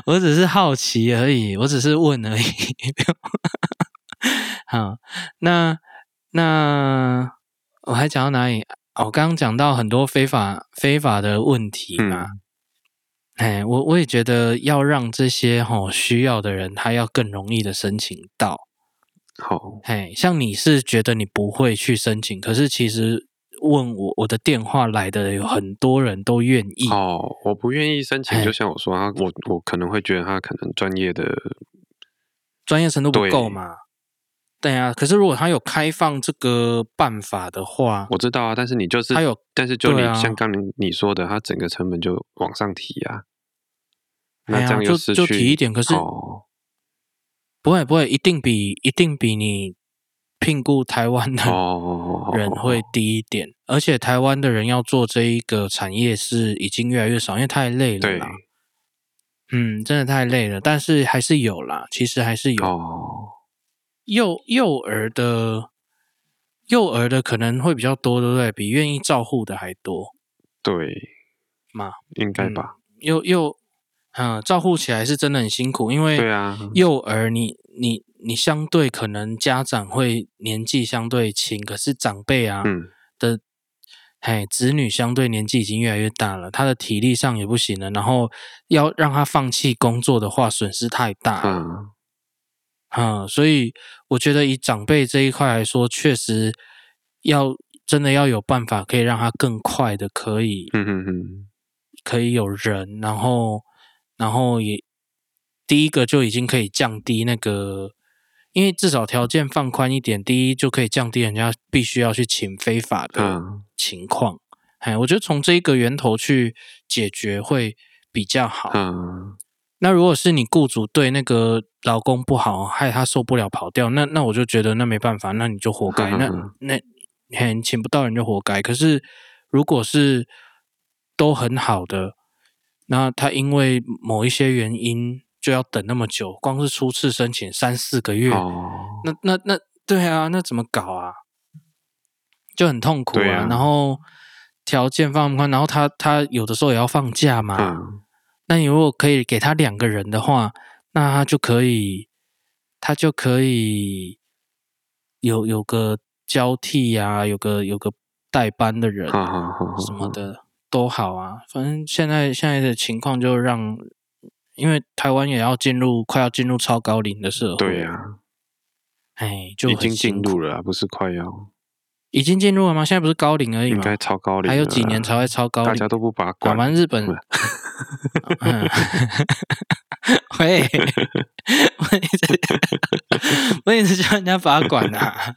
S2: 我只是好奇而已，我只是问而已。 [laughs] 好，那那我还讲到哪里？哦我刚刚讲到很多非法非法的问题嘛。哎，我我也觉得要让这些吼、需要的人，他要更容易的申请到。
S3: [laughs] 好，
S2: 哎，像你是觉得你不会去申请，可是其实问我我的电话来的有很多人都愿意。
S3: 哦，我不愿意申请，
S2: 哎
S3: 就像我说，他我我可能会觉得他可能专业的
S2: 专业程度不
S3: 对
S2: 够嘛。对啊，可是如果他有开放这个办法的话，
S3: 我知道啊，但是你就是
S2: 他有
S3: 但是就
S2: 对
S3: 你、
S2: 啊
S3: 像刚你你说的，它整个成本就往上提啊。那
S2: 哎呀
S3: 这样又
S2: 就
S3: 失去、
S2: 就提一点可是 [laughs]
S3: 哦，
S2: 不会不会，一定比一定比你聘雇台湾
S3: 哦
S2: 的
S3: 哦哦
S2: 人会低一点，而且台湾的人要做这一个产业是已经越来越少，因为太累了
S3: 对
S2: 啦。嗯，真的太累了，但是还是有啦，其实还是有。
S3: 哦，
S2: 幼幼儿的幼儿的可能会比较多，对不对？比愿意照护的还多。
S3: 对
S2: 嘛，嗯
S3: 应该吧？
S2: 幼幼，嗯、照护起来是真的很辛苦，因
S3: 对
S2: 为
S3: 啊，
S2: 幼儿你你你相对可能家长会年纪相对轻，可是长辈啊，
S3: 嗯，
S2: 哎，子女相对年纪已经越来越大了，他的体力上也不行了，然后要让他放弃工作的话，损失太大了。
S3: 嗯，
S2: 啊、所以我觉得以长辈这一块来说，确实要真的要有办法可以让他更快的可以
S3: 嗯哼哼，
S2: 可以有人，然后然后也第一个就已经可以降低那个，因为至少条件放宽一点，第一就可以降低人家必须要去请非法的
S3: 嗯，
S2: 情况。哎，我觉得从这一个源头去解决会比较好。
S3: 嗯，
S2: 那如果是你雇主对那个劳工不好，害他受不了跑掉，那那我就觉得那没办法，那你就活
S3: 嗯
S2: 该，那那嘿你请不到人就活该。可是如果是都很好的，那他因为某一些原因就要等那么久，光是初次申请三四个月，
S3: 哦，
S2: 那那那对啊，那怎么搞啊？就很痛苦
S3: 对
S2: 啊。
S3: 啊
S2: 然后条件放宽，然后他他有的时候也要放假嘛。
S3: 嗯，
S2: 那你如果可以给他两个人的话，那他就可以，他就可以有有个交替呀、有个有个代班的人
S3: 好好好，
S2: 啊什么的都好啊。反正现在现在的情况就让，因为台湾也要进入快要进入超高龄的社会，
S3: 对呀、啊，
S2: 哎，就
S3: 已
S2: 很
S3: 经进
S2: 辛苦
S3: 入了啊，不是快要，
S2: 已经进入了吗？现在不是高龄而已
S3: 应
S2: 吗？
S3: 该超高龄了啊，
S2: 还有几年才会超高
S3: 大
S2: 龄？
S3: 家都不把它
S2: 啊
S3: 管，
S2: 反正日本
S3: 不是，
S2: 嗯 [laughs] 喂，我一直我一直叫人家罚管啊，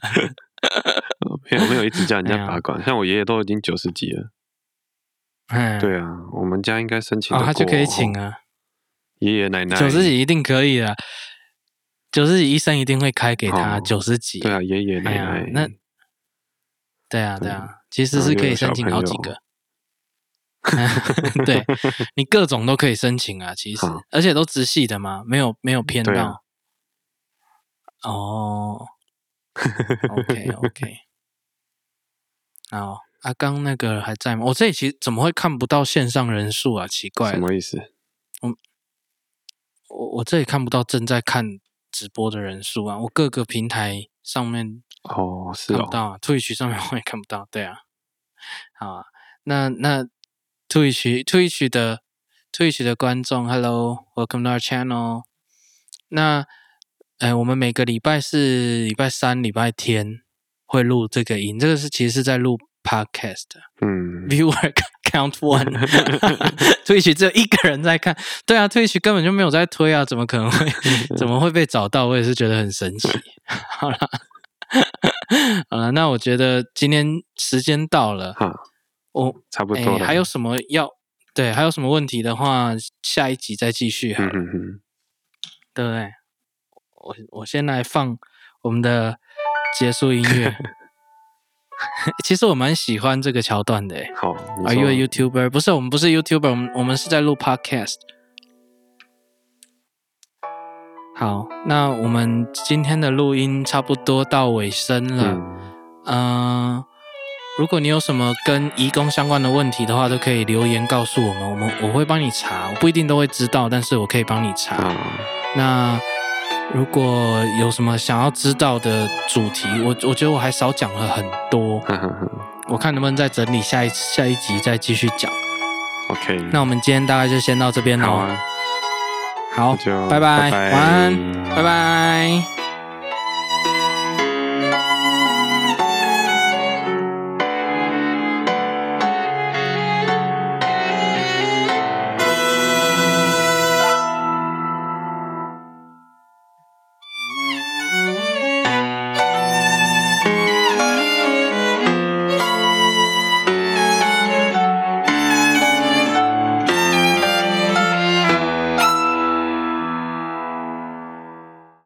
S3: [laughs] 没有没有一
S2: [laughs]
S3: 直叫人
S2: 哎
S3: 家
S2: 呀
S3: 把它管，像我爷爷都已经九十几了。
S2: 嗯，
S3: 对啊，我们家应该申请
S2: 哦，
S3: 得
S2: 他就
S3: 过
S2: 可以
S3: 哦
S2: 请啊，
S3: 爷爷奶奶
S2: 九十几一定可以的，九十几医生一定会开给他
S3: 哦
S2: 九十几，
S3: 对啊，爷爷
S2: 哎
S3: 奶
S2: 呀
S3: 奶，
S2: 那对啊，对啊，其实
S3: 然后
S2: 是
S3: 又
S2: 可以
S3: 有小
S2: 申请
S3: 朋
S2: 好几
S3: 友 [laughs]
S2: 个。对你各种都可以申请啊，其实
S3: 好
S2: 而且都直系的嘛，没有没有偏
S3: 对啊
S2: 到。
S3: [laughs]
S2: 哦，OK OK，好，阿刚那个还在吗？我这里其实怎么会看不到线上人数啊？奇怪
S3: 什
S2: 了，
S3: 么意思？
S2: 我我这里看不到正在看直播的人数啊，我各个平台上面
S3: 哦，是
S2: 看
S3: 哦
S2: 不，到、啊、，Twitch 上面我也看不到。对啊，好啊，那那 Twitch Twitch 的 Twitch 的观众，Hello，welcome to our channel。那哎，我们每个礼拜是礼拜三、礼拜天会录这个音，这个是其实是在录 podcast。
S3: 嗯，
S2: Viewer [laughs] count one，Twitch 只有一个人在看，对啊，Twitch 根本就没有
S3: 嗯
S2: 在推啊，怎么可能会怎么会被找到？我也是觉得很神奇。好啦， [laughs] 啊，那我觉得今天时间到了，
S3: 哈，
S2: 我
S3: 差不
S2: 哎
S3: 多了。
S2: 还有什么要对，还有什么问题的话，下一集再继续好
S3: 嗯
S2: 了，
S3: 哼哼，
S2: 对不对？我我先来放我们的结束音
S3: [laughs]
S2: 乐。 [laughs] 其实我蛮喜欢这个桥段的诶。欸
S3: 好，你
S2: Are you
S3: 说
S2: a YouTuber？不是，我们不是 YouTuber，我们我们是在录 Podcast。好，那我们今天的录音差不多到尾声了。
S3: 嗯，
S2: 嗯，如果你有什么跟移工相关的问题的话，都可以留言告诉我们，我们我会帮你查，我不一定都会知道，但是我可以帮你查。
S3: [laughs] 啊，
S2: 那如果有什么想要知道的主题，我我觉得我还少讲了很多，
S3: [laughs] 哈哈哈
S2: 我看能不能再整理下一下一集再继续讲。
S3: ，OK，
S2: 那我们今天大概就先到这边喽。
S3: 好啊，
S2: 好
S3: 啊那就
S2: 拜拜
S3: 拜，
S2: 晚安，拜拜。